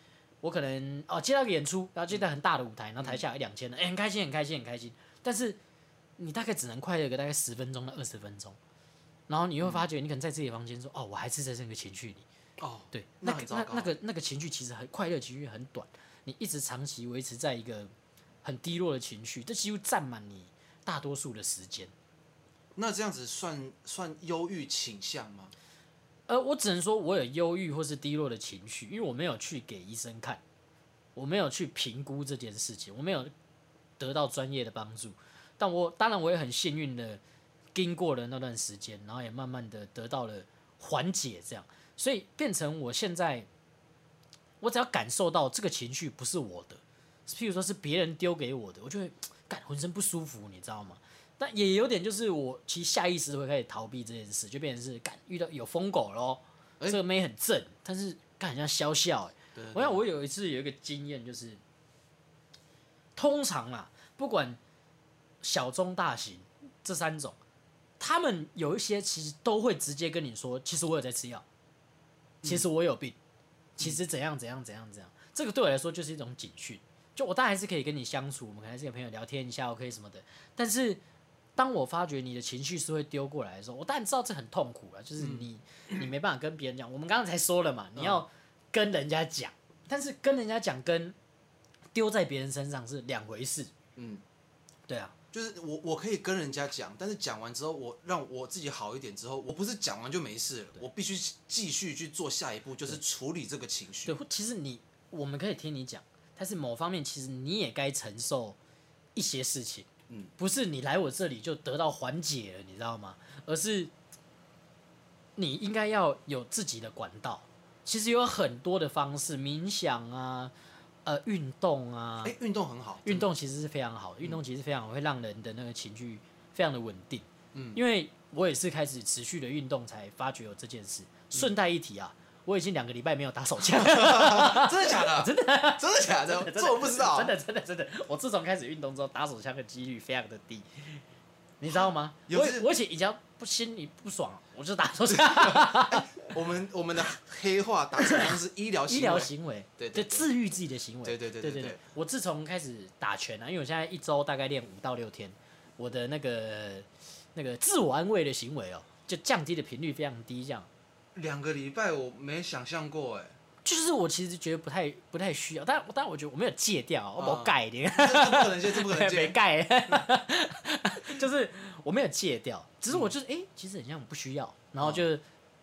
A: 我可能哦接到一个演出，然后接到很大的舞台，然后台下有一两千人，哎、很开心，很开心，很开心。但是你大概只能快乐个大概十分钟到二十分钟，然后你会发觉你可能在自己的房间说，哦，我还是在这个情绪里。
B: 哦，
A: 对，那
B: 那
A: 个
B: 很糟
A: 那
B: 糕
A: 那个那个情绪其实很快乐情绪很短，你一直长期维持在一个很低落的情绪，这几乎占满你大多数的时间。
B: 那这样子算算忧郁倾向吗？
A: 呃，我只能说我有忧郁或是低落的情绪，因为我没有去给医生看，我没有去评估这件事情，我没有得到专业的帮助。但我当然我也很幸运的经过了那段时间，然后也慢慢的得到了缓解，这样，所以变成我现在，我只要感受到这个情绪不是我的，譬如说是别人丢给我的，我就会感浑身不舒服，你知道吗？但也有点就是我其实下意识会开始逃避这件事，就变成是干遇到有疯狗咯，
B: 哎
A: 这个妹很正，但是干很像肖笑、欸。
B: 对对
A: 我
B: 对，
A: 想我有一次有一个经验就是，通常啦，不管小中大型这三种，他们有一些其实都会直接跟你说，其实我有在吃药，
B: 嗯
A: 其实我有病，其实怎样怎样怎样怎样。这个对我来说就是一种警讯。就我当然还是可以跟你相处，我们可能还是跟朋友聊天一下，OK 什么的。但是当我发觉你的情绪是会丢过来的时候，我当然知道这很痛苦了，
B: 嗯
A: 就是你、你没办法跟别人讲。我们刚刚才说了嘛，你要跟人家讲，但是跟人家讲跟丢在别人身上是两回事。
B: 嗯，
A: 对啊，
B: 就是我我可以跟人家讲，但是讲完之后，我让我自己好一点之后，我不是讲完就没事了，我必须继续去做下一步，就是处理这个情绪
A: 对，。或其实你我们可以听你讲，但是某方面其实你也该承受一些事情，
C: 嗯，
A: 不是你来我这里就得到缓解了，你知道吗？而是你应该要有自己的管道。其实有很多的方式，冥想啊，呃，运动啊，
B: 哎，运动 很好，
A: 运动其实是非常
B: 嗯
A: 好的，运动其实非常会让人的那个情绪非常的稳定。嗯，因为我也是开始持续的运动，才发觉有这件
B: 嗯
A: 事。顺带一提啊，我已经两个礼拜没有打手枪了。
B: 真的 假的？真的真的假的？ 这我不知道。啊
A: 真的真的真的，我自从开始运动之后，打手枪的几率非常的低，你知道吗？
B: 有
A: 我
B: 这
A: 我以前以前不心里不爽，我就打手枪。
B: 我们我们的黑化打成像是医疗行
A: 医
B: 为
A: 疗行为，
B: 对
A: 就
B: 对对
A: 治愈自己的行为。
B: 对对对
A: 对
B: 对对
A: 对。我自从开始打拳啊，因为我现在一周大概练五到六天，我的那个那个自我安慰的行为哦，就降低的频率非常低，这样。
B: 两个礼拜我没想象过哎、
A: 就是我其实觉得不太不太需要，但但我觉得我没有戒掉，我把
B: 嗯
A: 我改一点，
B: 这不可能接，这 不嗯可能
A: 没
B: 接。
A: 盖， 就是我没有戒掉，只是我就是哎、诶其实很像我不需要，然后
B: 嗯
A: 就是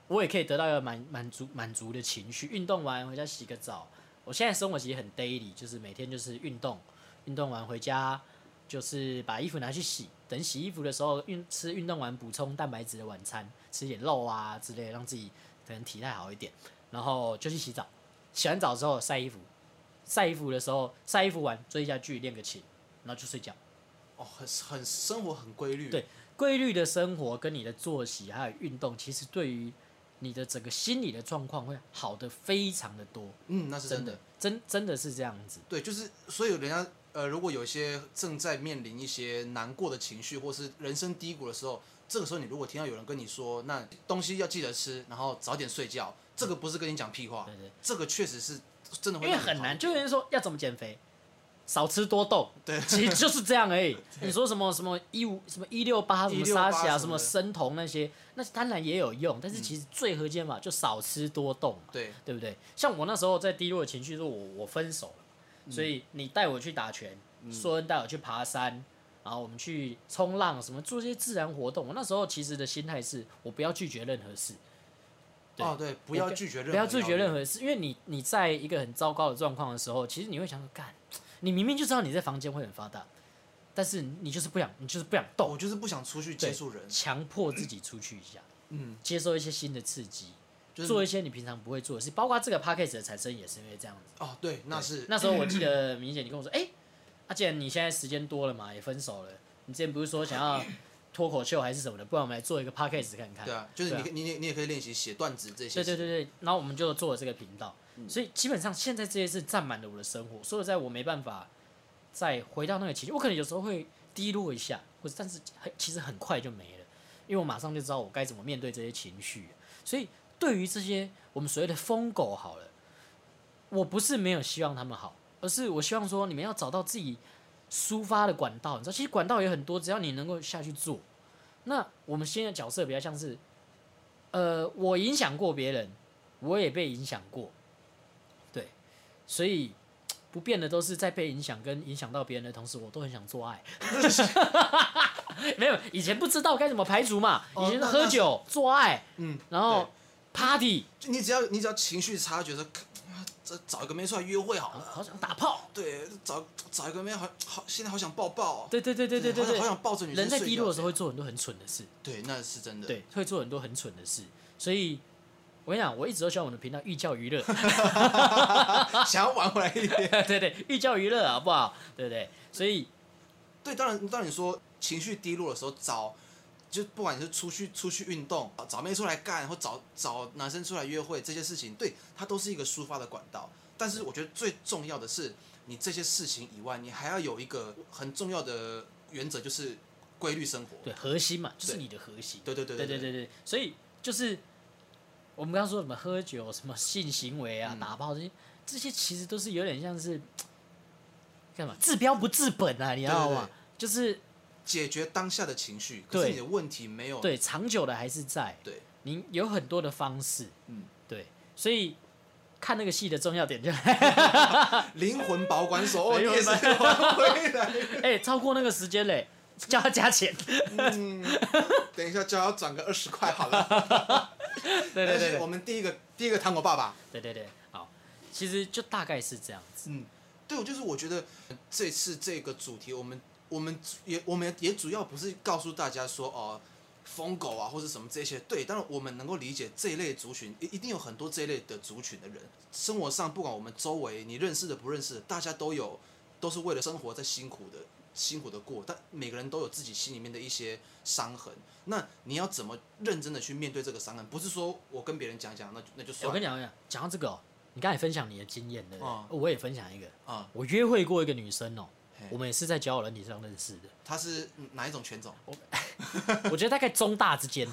A: 我也可以得到一个满满足满足的情绪。运动完回家洗个澡，我现在生活其实很 daily，就是每天就是运动，运动完回家就是把衣服拿去洗，等洗衣服的时候运吃运动完补充蛋白质的晚餐，吃点肉啊之类的，让自己可能体态好一点，然后就去洗澡，洗完澡之后晒衣服。晒衣服的时候，晒衣服完追一下剧，练个琴，然后就睡觉。
B: 哦，很很生活很规律。
A: 对规律的生活跟你的作息还有运动，其实对于你的整个心理的状况会好的非常的多，
B: 嗯，那是真
A: 真
B: 的
A: 的。，真真的是这样子。
B: 对，就是所以人家呃，如果有一些正在面临一些难过的情绪，或是人生低谷的时候，这个时候你如果听到有人跟你说，那东西要记得吃，然后早点睡觉，这个不是跟你讲屁话，
A: 对对
B: 这个确实是真的会
A: 因为
B: 让你
A: 很
B: 好
A: 难，就有人说要怎么减肥，少吃多动，对，其实就是这样而 已。你说什么什么一五什么一六八什么
B: 168
A: 沙霞
B: 什
A: 什
B: 么
A: 么
B: 的嗯
A: 生酮那些，那当然也有用，但是其实最核心嘛，就少吃多动嘛。
B: 对
A: 对不对？像我那时候在低落的情绪，是我我分手了，所以你带我去打拳，
B: 嗯
A: 说恩带我去爬山，然后我们去冲浪，什么做一些自然活动。我那时候其实的心态是我不要拒绝任何事，对
B: 哦，对，不
A: 我
B: 要
A: 跟
B: 拒绝任何，
A: 不要拒绝任何事，因为你你在一个很糟糕的状况的时候，其实你会想说，干，你明明就知道你在房间会很发达，但是你就是不想，你就是不想动
B: 我，就是不想出去接触人，
A: 强迫自己出去一下，
B: 嗯，
A: 接受一些新的刺激，
B: 就是
A: 做一些你平常不会做的事，包括这个 p a c k a g e 的产生也是因为这样子。
B: 哦，对，那是
A: 那时候我记得明姐你跟我说，哎、啊，既然你现在时间多了嘛，也分手了，你之前不是说想要脱口秀还是什么的，不然我们来做一个 podcast 看看。
B: 对啊，就是你
A: 对啊
B: 你也你也可以练习写段子这
A: 对
B: 些，
A: 对对对，然后我们就做了这个频道，所以基本上现在这些事占满了我的生活，所以在我没办法再回到那个情绪，我可能有时候会低落一下，或者但是很其实很快就没了，因为我马上就知道我该怎么面对这些情绪，所以对于这些我们所谓的疯狗好了，我不是没有希望他们好，而是我希望说你们要找到自己抒发的管道，你知道，其实管道也很多，只要你能够下去做。那我们现在角色比较像是呃，我影响过别人，我也被影响过，对，所以不变的都是在被影响跟影响到别人的同时，我都很想做 爱。没有，以前不知道该怎么排除嘛，
B: 哦
A: 以前
B: 那
A: 喝
B: 那是
A: 酒、做爱，
B: 嗯，
A: 然后 party，
B: 就你只要你只要情绪差，觉得啊这找一个妹出来约会好
A: 好
B: 了，
A: 哦好想打炮，
B: 对，找找一个妹好好，现在好想抱抱、哦，
A: 对对对对对对
B: 好想好
A: 对，
B: 想抱着女生
A: 人在
B: 睡
A: 低
B: 觉
A: 落的时候会做很多很蠢的事。
B: 对，那是真的。
A: 对，会做很多很蠢的事。所以我跟你讲，我一直都希望我的频道寓教于乐，
B: 想要玩回来一点。
A: 对对，寓教于乐好不好？对不对？所以
B: 对，当然，当然你说情绪低落的时候找，就不管你是出去出去运动，找妹出来干，或找找男生出来约会，这些事情，对，它都是一个抒发的管道。但是我觉得最重要的是，你这些事情以外，你还要有一个很重要的原则，就是规律生活。
A: 对核心嘛，就是
B: 对
A: 你的核心。
B: 对对对
A: 对
B: 对
A: 对对对，所以就是我们刚刚说什么喝酒、什么性行为啊、
B: 嗯
A: 打炮这些，这些其实都是有点像是干嘛治标不治本啊，你知道
B: 对对
A: 吗？就是
B: 解决当下的情绪，可是
A: 对
B: 你的问题没有
A: 对长久的还是在，
B: 对
A: 您有很多的方式，
C: 嗯，
A: 对，所以看那个戏的重要点就
B: 灵魂保管所，哦，你
A: 灵魂
B: 也是玩回来。
A: 哎、超过那个时间 嘞，叫他加钱。
B: 嗯，等一下就要转个二十块好了。
A: 对对对
B: 而且我
A: 对
B: 们第一个第一个糖果爸爸，
A: 对对对，好，其实就大概是这样子。
B: 对，我就是我觉得这次这个主题，我们我们也我们也主要不是告诉大家说哦，疯狗啊或者什么这些，对，当然我们能够理解这一类族群，一一定有很多这一类的族群的人，生活上不管我们周围你认识的不认识的，大家都有都是为了生活在辛苦的辛苦的过，但每个人都有自己心里面的一些伤痕，那你要怎么认真的去面对这个伤痕？不是说我跟别人讲讲，那就那就
A: 我
B: 算
A: 跟你
B: 了
A: 讲，我跟你讲，讲到这个、哦，你刚才分享你的经验对不对？
B: 嗯
A: 我也分享一个，
B: 啊。
A: 我约会过一个女生哦、
B: 嘿
A: 我们也是在交友软体上认识 的，
B: 他是哪一种犬种？
A: 我觉得大概中大之间，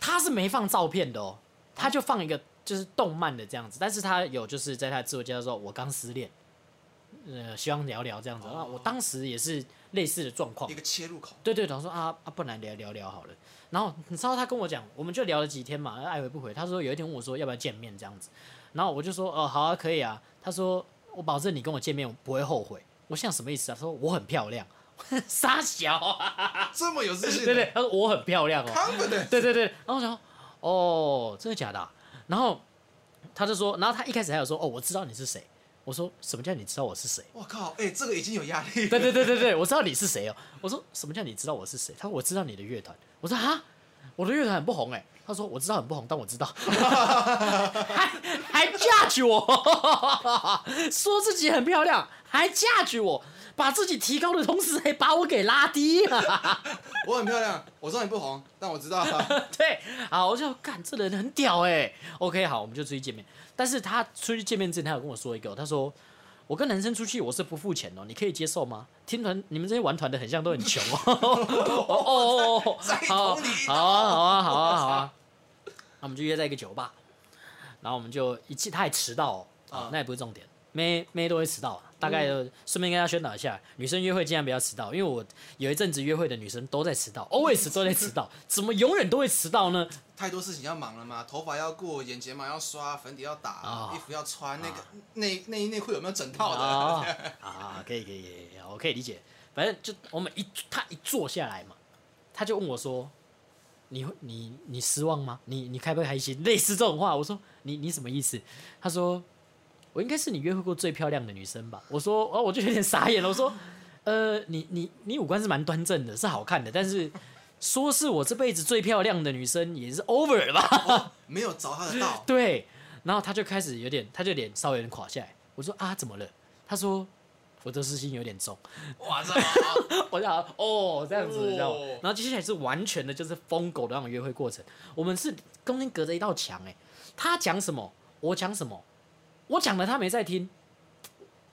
A: 她是没放照片的哦、他就放一个就是动漫的这样子，但是他有就是在他的自我介绍说，我刚失恋，呃，希望聊聊这样子。啊那我当时也是类似的状况
B: 一，个切入口，
A: 对对，然后说啊啊，不然聊聊聊好了。然后你知道他跟我讲，我们就聊了几天嘛，爱回不回。他说有一天问我说要不要见面这样子，然后我就说哦、好啊可以啊。他说我保证你跟我见面我不会后悔。我想什么意思啊？他说我很漂亮， 傻小啊，
B: 这么有自信，
A: 对对，他说我很漂亮哦，
B: ，confident，
A: 对对对，然后我想说，哦，真的假的啊、然后他就说，然后他一开始还有说，哦，我知道你是谁。我说什么叫你知道我是谁？
B: 我靠，哎，这个已经有压 力，
A: 对对对对对，我知道你是谁哦。我说什么叫你知道我是谁？他说我知道你的乐团。我说啊，我的乐团很不红哎。他说我知道很不红，但我知道， 还还 judge 我， 说自己很漂亮，还 judge 我，把自己提高的同时还把我给拉低了。
B: 我很漂亮，我知道你不红，但我知道啊，
A: 对，好，我就干这人很屌哎、OK，好，我们就出去见面。但是他出去见面之前，他有跟我说一个哦，他说我跟男生出去我是不付钱哦，你可以接受吗？听团你们这些玩团的很像都很穷哦。 哦哦哦哦，
B: 在
A: 好，
B: 同理一道
A: 好啊，好啊，好啊，好啊。那我们就约在一个酒吧，然后我们就一起，他也迟到哦，啊
B: 啊，
A: 那也不是重点，妹妹都会迟到啊。大概就顺便跟大家宣导一下，女生约会尽量不要迟到，因为我有一阵子约会的女生都在迟到，always 都在迟到，怎么永远都会迟到呢？
B: 太多事情要忙了嘛，头发要过，眼睫毛要刷，粉底要打
A: 啊，
B: 衣服要穿，那个内内衣内裤有没有整套的？
A: 啊啊，可以可以可以，可以我可以理解。反正就我们一他一坐下来嘛，他就问我说：“你会你你失望吗？你你开不开心？”类似这种话，我说：“你你什么意思？”他说：“我应该是你约会过最漂亮的女生吧？”我说：“哦，我就有点傻眼了。”我说：“呃，你你你五官是蛮端正的，是好看的，但是说是我这辈子最漂亮的女生也是 over 了吧？”
B: 没有着他 的道，
A: 对，然后他就开始有点，他就脸稍微有点垮下来。我说啊，怎么了？他说我得失心有点重。
B: 哇操！
A: 我就好哦这样子，你知道吗
B: 哦？
A: 然后接下来是完全的就是疯狗的那种约会过程。我们是中间隔着一道墙，哎，他讲什么，我讲什么，我讲的他没在听，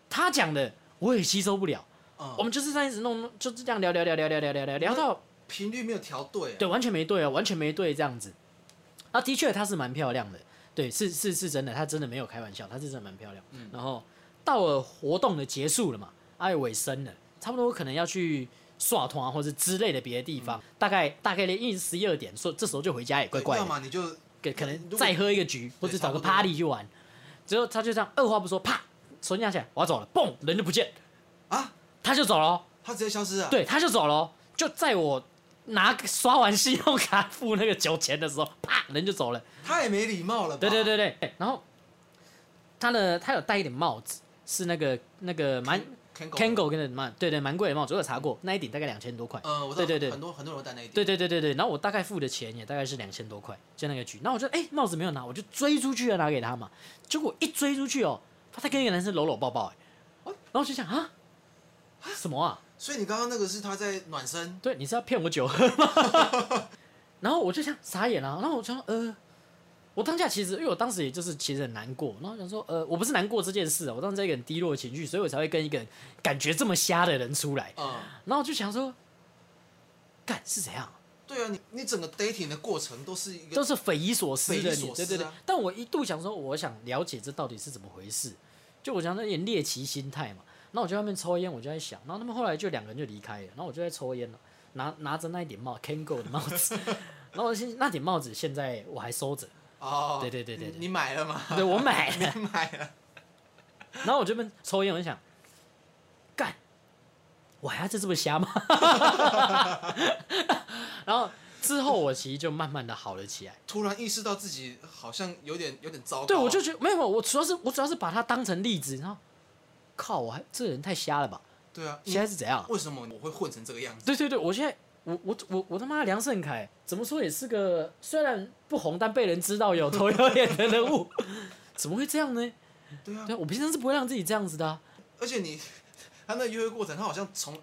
A: 他讲的我也吸收不了。
B: 嗯
A: 我们就是这样一直弄，就是这样聊聊聊聊聊聊聊聊聊到
B: 频率没有调对，
A: 对，完全没对啊，完全没对这样子。啊，的确她是蛮漂亮的，对，是是是真的，她真的没有开玩笑，她是真的蛮漂亮。
B: 嗯
A: 然后到了活动的结束了嘛，爱尾声了，差不多可能要去耍团啊或者之类的别的地
B: 嗯
A: 方，大概大概因为十一二点，说这时候就回家也怪
B: 对
A: 怪
B: 要
A: 的，
B: 么你就
A: 可可能
B: 如果
A: 再喝一个局或者
B: 对差
A: 找
B: 不
A: 个
B: 多
A: party 去玩。之后她就这样二话不说，啪，手机拿起来，我要走了，嘣，人就不见，
B: 啊，
A: 她就走了哦。
B: 他直接消失啊，
A: 对，他就走了哦，就在我拿刷完信用卡付那个酒钱的时候，啪，人就走了。
B: 太没礼貌了吧？
A: 对对对对，对然后他的他有戴一顶帽子，是那个那个蛮
B: Kango，
A: Kango 跟蛮对对蛮贵的帽子，我有查过，那一顶大概两千多块。
B: 呃，我知
A: 对对
B: 道
A: 对
B: 很多很多人带那一点，
A: 对对对对对，然后我大概付的钱也大概是两千多块，就那个局。然后我就哎、帽子没有拿，我就追出去要拿给他嘛。结果一追出去哦，他在跟一个男生搂搂抱抱、哎，然后我就想啊，什么啊？
B: 所以你刚刚那个是他在暖身，
A: 对，你是要骗我酒喝吗？然后我就想傻眼了、然后我就想呃，我当下其实因为我当时也就是其实很难过，然后想说呃，我不是难过这件事啊，我当时在一个很低落的情绪，所以我才会跟一个感觉这么瞎的人出来，
B: 嗯，
A: 然后我就想说，干是怎样，
B: 对啊，你你整个 dating 的过程都是一个
A: 都是匪夷所思的
B: 匪夷
A: 你，
B: 所
A: 对
B: 思
A: 对对
B: 啊。
A: 但我一度想说，我想了解这到底是怎么回事，就我想说有点猎奇心态嘛。那我就在外面抽烟，我就在想，然后他们后来就两个人就离开了，然后我就在抽烟了，拿拿着那一顶帽 Kango 的帽子， 然后我现那顶帽子现在我还收着，
B: 哦，
A: 对对对对
B: 你
A: 对
B: 你买了吗？
A: 对我买了，
B: 你买了，
A: 然后我这边抽烟，我就想，干，我还要再这么瞎吗？ 然后之后我其实就慢慢的好了起来。
B: 突然意识到自己好像有点有点糟糕，
A: 对，我就觉得没有，没有我主要是我主要是把它当成例子，然后靠，我还这人太瞎了吧？
B: 对啊，你
A: 现在是怎样？
B: 为什么我会混成这个样子？
A: 对对对，我现在我我我我他妈梁胜凯怎么说也是个虽然不红但被人知道有头有脸的人物， 怎么会这样呢？
B: 对啊
A: 对，我平常是不会让自己这样子的啊、
B: 而且你他那约会过程，他好像从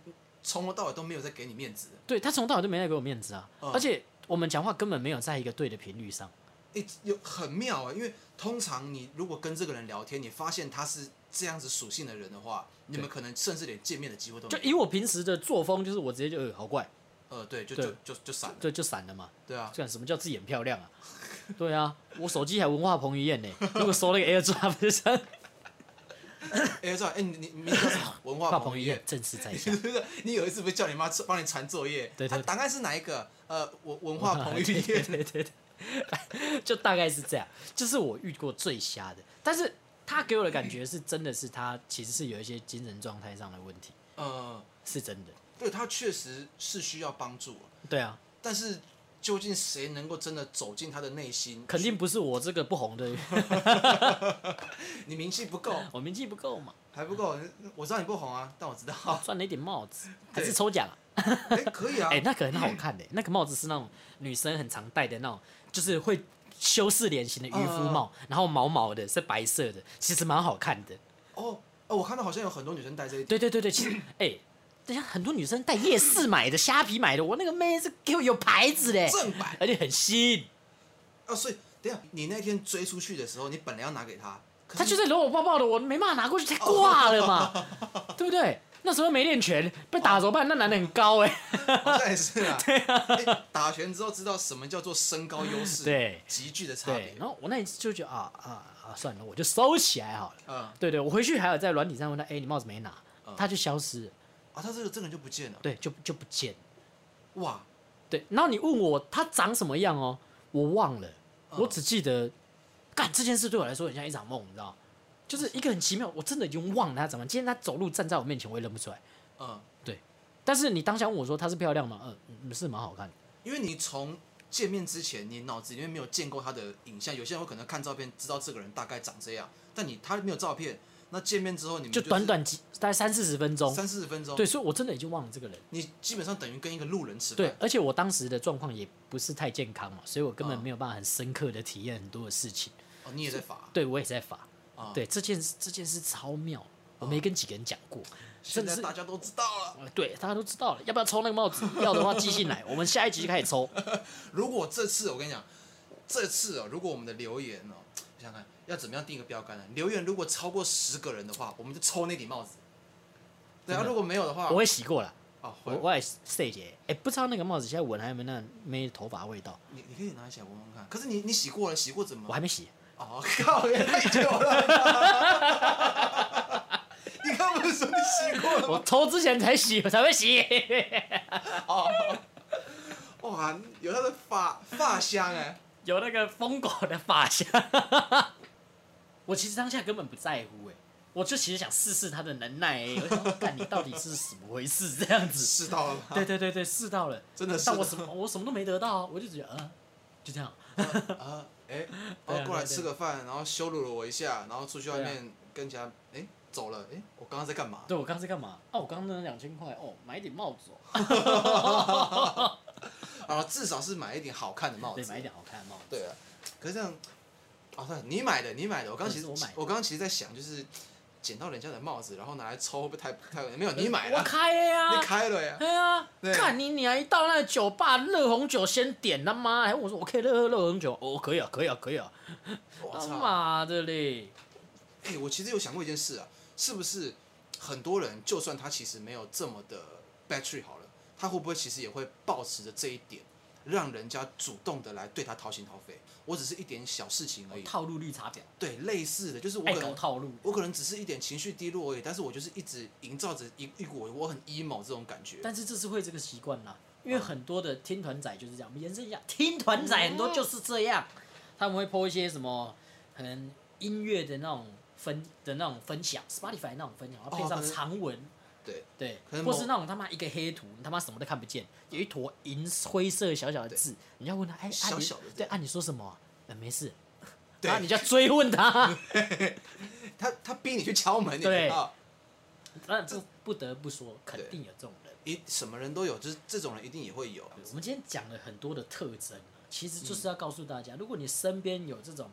B: 从头到尾都没有在给你面子，
A: 对他从头到尾就没来给我面子啊，
B: 嗯
A: 而且我们讲话根本没有在一个对的频率上。
B: 诶、有很妙啊、因为通常你如果跟这个人聊天，你发现他是这样子属性的人的话，你们可能甚至连见面的机会都没
A: 就
B: 有。
A: 以我平时的作风，就是我直接就呃好怪，
B: 呃，对，就
A: 对
B: 就就就散了，
A: 对，就散了嘛。
B: 对啊，
A: 干什么叫自己很漂亮啊？对啊，我手机还文化彭于晏呢。如果收那个 AirDrop 就是
B: 哎、这样，哎、你你 你名字叫什么？文化彭于晏。
A: 正式在下
B: 对。不对？你有一次不是叫你妈做帮你传作业？
A: 对对对
B: 啊档案是哪一个？呃，文文化彭于
A: 对
B: 晏。
A: 对对对，就大概是这样，这是我遇过最瞎的。但是他给我的感觉是，真的是他其实是有一些精神状态上的问题，
B: 呃，
A: 是真的。
B: 对他确实是需要帮助，
A: 对啊，
B: 但是究竟谁能够真的走进他的内心？
A: 肯定不是我这个不红的，
B: 你名气 不够，
A: 我名气不够嘛，
B: 还不够。我知道你不红啊，但我知道，
A: 赚了一点帽子，还
B: 对
A: 是抽奖啊？
B: 哎、可以啊。
A: 哎、那个很好看的、那个帽子是那种女生很常戴的那种，就是会修饰脸型的渔夫帽，然后毛毛的，是白色的，其实蛮好看的。
B: 哦哦，我看到好像有很多女生戴这一
A: 对对对对，其实 哎、等一下很多女生戴夜市买的、虾皮买的，我那个妹是给我有牌子的、
B: 正版
A: 而且很 新。
B: 啊，所以等一下你那天追出去的时候，你本来要拿给他，可
A: 她
B: 是
A: 就在搂我抱抱的，我没办法拿过去，她挂了 嘛，对不对？那时候没练拳，被打怎么办？那男的很高哎、
B: 好像也是 啊。对啊、打拳之后知道什么叫做身高优势，
A: 对
B: 急剧的差
A: 对
B: 别，。
A: 然后我那一次就觉得啊啊啊，算了，我就收起来好了。
B: 嗯，啊，
A: 对对，我回去还有在软体上问他，哎、你帽子没拿，他就消失了，
B: 啊他这个这个人就不见了，
A: 对，就就不见了。
B: 哇，
A: 对，然后你问我他长什么样哦，我忘了，我只记得，干这件事对我来说很像一场梦，你知道，就是一个很奇妙，我真的已经忘了他怎么，今天他走路站在我面前，我也认不出来。
B: 嗯，
A: 对，但是你当下问我说她是漂亮吗？嗯嗯，是蛮好看的。
B: 因为你从见面之前，你脑子里面没有见过他的影像，有些人会可能看照片知道这个人大概长这样，但你他没有照片，那见面之后你们
A: 就短短几大概三四十分钟，
B: 三四十分钟，
A: 对，，所以我真的已经忘了这个人。
B: 你基本上等于跟一个路人吃饭，
A: 对，而且我当时的状况也不是太健康嘛，所以我根本没有办法很深刻的体验很多的事情。
B: 哦，你也在罚，
A: 对我也在罚。
B: 啊
A: 对这件事，这件事超妙，我没跟几个人讲过，
B: 现
A: 真的
B: 在
A: 是
B: 大家都知道了。
A: 呃对大家都知道了。要不要抽那个帽子？要的话寄 信来，我们下一集就开始抽。
B: 如果这次我跟你讲，这次哦，如果我们的留言哦，我想想看要怎么样定一个标杆呢？留言如果超过十个人的话，我们就抽那顶帽子。对
A: 真
B: 啊，
A: 的
B: 如果没有的话，
A: 我会洗过了，
B: 啊，会
A: 我我也 stay 姐，哎，不知道那个帽子现在闻还有没有那没头发的味道？
B: 你你可以拿起来闻闻看。可是你你洗过了，洗过怎么？
A: 我还没洗，
B: 哦， 靠，也太久了。 你刚刚不是说你洗过了
A: 我
B: 吗？
A: 抽之前才洗， 我才会洗。
B: 哦，哇，有他的发发香哎，
A: 有那个疯狗的发香。 我其实当下根本不在乎哎、我就其实想试试他的能耐哎、我想说看你到底是什么回事这样子。
B: 试到了吗？
A: 对对对对，试到了，
B: 真的是
A: 但我什么我什么都没得到啊，我就觉得嗯、呃就这样。
B: 啊，哎，
A: 对
B: 然
A: 啊
B: 后过
A: 对
B: 来
A: 啊
B: 吃个饭，然后羞辱了我一下，然后出去外
A: 对啊
B: 面跟人家，哎，走了，哎，我刚刚在干嘛？
A: 对我刚刚在干嘛？哦，我刚刚那两千块哦，买一顶帽子哦，
B: 然啊后至少是买一顶好看的帽
A: 对，
B: 子
A: 买一，顶好看的帽子。
B: 对啊。可是这样，哦，对，你买的，你买的，我刚刚其实
A: 对是嗯我买的
B: 我刚刚其实在想，就是捡到人家的帽子，然后拿来抽，会不会太太没有？你买
A: 呃我
B: 了，
A: 开了
B: 你
A: 呀，
B: 开 了呀，
A: 对呀，
B: 对
A: 看你你还一到那个酒吧热红酒先点他妈，还问我说我可以热喝热红酒，哦，可以啊，可以啊，可以啊，
B: 我
A: 他
B: 操！
A: 妈的嘞！
B: 哎、我其实有想过一件事啊，是不是很多人就算他其实没有这么的 battery 好了，他会不会其实也会保持着这一点，让人家主动的来对他掏心掏肺？我只是一点小事情而已，
A: 套路绿茶婊，
B: 对，类似的，就是我
A: 爱
B: 可
A: 搞
B: 能
A: 套路。
B: 我可能只是一点情绪低落而已，但是我就是一直营造着一一股我很 emo 这种感觉。
A: 但是这是会这个习惯啦，因
B: 嗯
A: 为很多的听团仔就是这样。我们延伸一下，听团仔很多就是这样，他们会 po 一些什么，可能音乐的那种分的那种分享，Spotify 那种分享，然后配
B: 哦
A: 上
B: 可能
A: 长文，
B: 对，
A: 对
B: 可，能
A: 或
B: 某
A: 是那种他妈一个黑图，你他妈什么都看不见，有一坨银灰色小小的字，你要问他，哎，啊
B: 小
A: 你
B: 小的字
A: 对，啊你说什么啊？呃没事，
B: 对
A: 然后你就要追问他，
B: 他他逼你去敲门，你知
A: 对
B: 道，
A: 那不不得不说，肯定有这种人。
B: 一什么人都有，就是这种人一定也会有。
A: 我们今天讲了很多的特征，啊其实就是要告诉大家，如果你身边有这种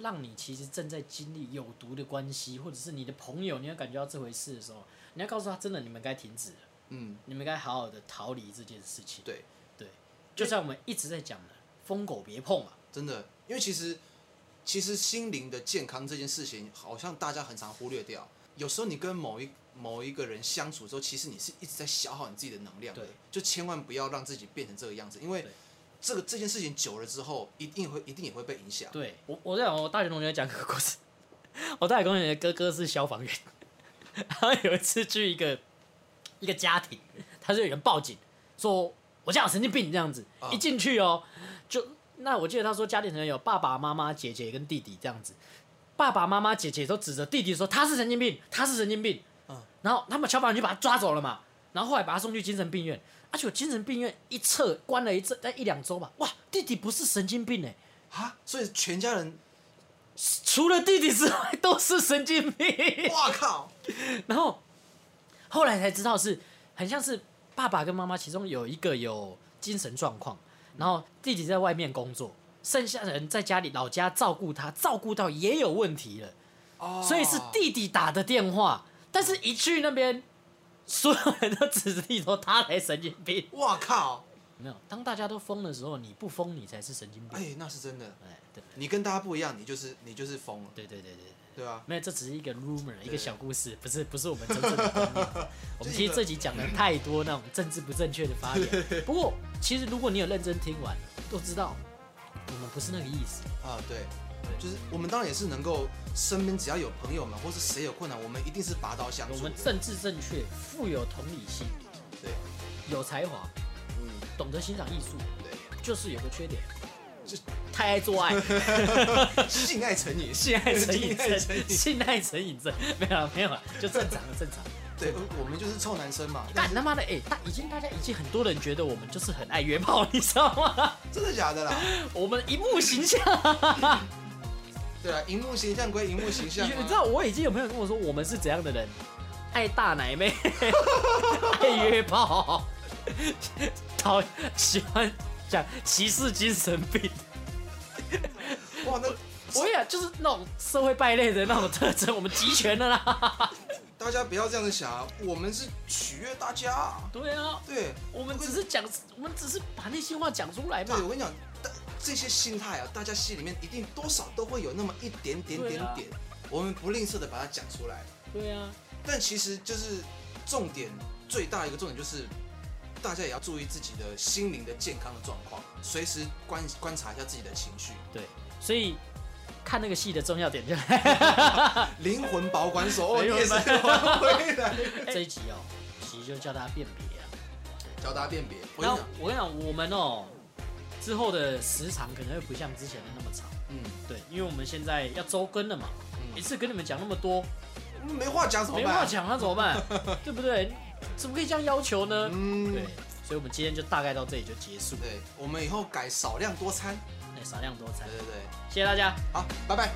A: 让你其实正在经历有毒的关系，或者是你的朋友你有感觉到这回事的时候，你要告诉他，真的你们该停止了，
B: 嗯，
A: 你们该好好的逃离这件事情。
B: 对。
A: 对，就像我们一直在讲的，疯狗别碰啊。
B: 真的，因为其实其实心灵的健康这件事情，好像大家很常忽略掉。有时候你跟某一某一个人相处之后，其实你是一直在消耗你自己的能量的
A: 对，
B: 就千万不要让自己变成这个样子，因为
A: 对
B: 这个这件事情久了之后，一定会一定也会被影响。
A: 对我，我在我大学同学讲个故事， 我大学同学的哥哥是消防员，然后有一次去一个一个家庭，他就有人报警说我家有神经病这样子，一进去哦，就那我记得他说家里成员有爸爸妈妈、姐姐跟弟弟这样子，爸爸妈妈、姐姐都指着弟弟说他是神经病，他是神经病，
B: 嗯
A: 然后他们消防员就把他抓走了嘛，然后后来把他送去精神病院，而且我精神病院一测关了一阵，哎一两周吧，哇，弟弟不是神经病哎、
B: 啊，所以全 家人，
A: 除了弟弟之外都是神经病。
B: 哇靠，
A: 然后后来才知道是很像是爸爸跟妈妈其中有一个有精神状况，然后弟弟在外面工作，剩下的人在家里老家照顾他，照顾到也有问题了，
B: 哦
A: 所以是弟弟打的电话，但是一去那边。所有人都指着弟弟说他才神经病，
B: 哇靠，
A: 有没有？当大家都疯的时候，你不疯，你才是神经病。
B: 哎，那是真的，
A: 哎，对
B: 你跟大家不一样，你就是你就是疯了，
A: 对对对对对。
B: 对吧？
A: 没有，这只是一个 rumor，一个小故事，不是不是我们真正的观 念。我们其实这集讲了太多那种政治不正确的发 言。不过，其实如果你有认真听完，都知道我们不是那个意思。
B: 啊，对，就是我们当然也是能够，身边只要有朋友们或是谁有困难，我们一定是拔刀相助
A: 我
B: 的。
A: 们政治正确，富有同理心，
B: 对，
A: 有才华，
B: 嗯，
A: 懂得欣赏艺术，
B: 对，
A: 就是有个缺点，
B: 就
A: 太爱做 爱，
B: 性爱成 瘾，
A: 性爱成瘾
B: 性爱成
A: 症，
B: 瘾
A: 性爱成瘾症，没有了啊没有了，就正常了正 常。
B: 对，我们就是臭男生 嘛。但
A: 干他妈的，哎、大已经大家已经很多人觉得我们就是很爱约炮，你知道吗？
B: 真的假的啦？
A: 我们荧幕 形象，
B: 对啊，荧幕形象归荧幕形象啊，
A: 你知道我已经有朋友跟我说我们是怎样的人， 爱大奶妹， 爱约炮，讨喜欢讲歧视精神病，
B: 哇，那
A: 我也啊就是那种社会败类的那种特征，我们集全了啦。
B: 大家不要这样子想啊，我们是取悦大家啊。
A: 对啊，
B: 对，
A: 我们只是讲，我们只是把内心话讲出来嘛
B: 对，。我跟你讲，大这些心态啊，大家心里面一定多少都会有那么一点点
A: 对
B: 点
A: 啊
B: 点，我们不吝啬的把它讲出来。
A: 对啊，
B: 但其实就是重点最大一个重点就是，大家也要注意自己的心灵的健康的状况，随时观观察一下自己的情绪，
A: 对，所以看那个戏的重要点就来
B: 灵魂保管所，哦，
A: 哎
B: 你
A: 呦
B: 也是玩回来，
A: 这一集哦，其实就叫大家辨别啊。
B: 教大家辨别。我
A: 然
B: 跟
A: 后
B: 你讲，
A: 我跟你讲，我们哦之后的时长可能会不像之前的那么长，
B: 嗯
A: 对，因为我们现在要周更了嘛，一次跟你们讲那么多，
B: 嗯，没话嗯讲怎么
A: 没
B: 办？
A: 话，讲那啊怎么 办？对不对？怎么可以这样要求呢？
B: 嗯，
A: 对，所以我们今天就大概到这里就结束，
B: 对，我们以后改少量多餐，
A: 哎，少量多餐
B: 对，对对，
A: 谢谢大家。
B: 好，拜拜。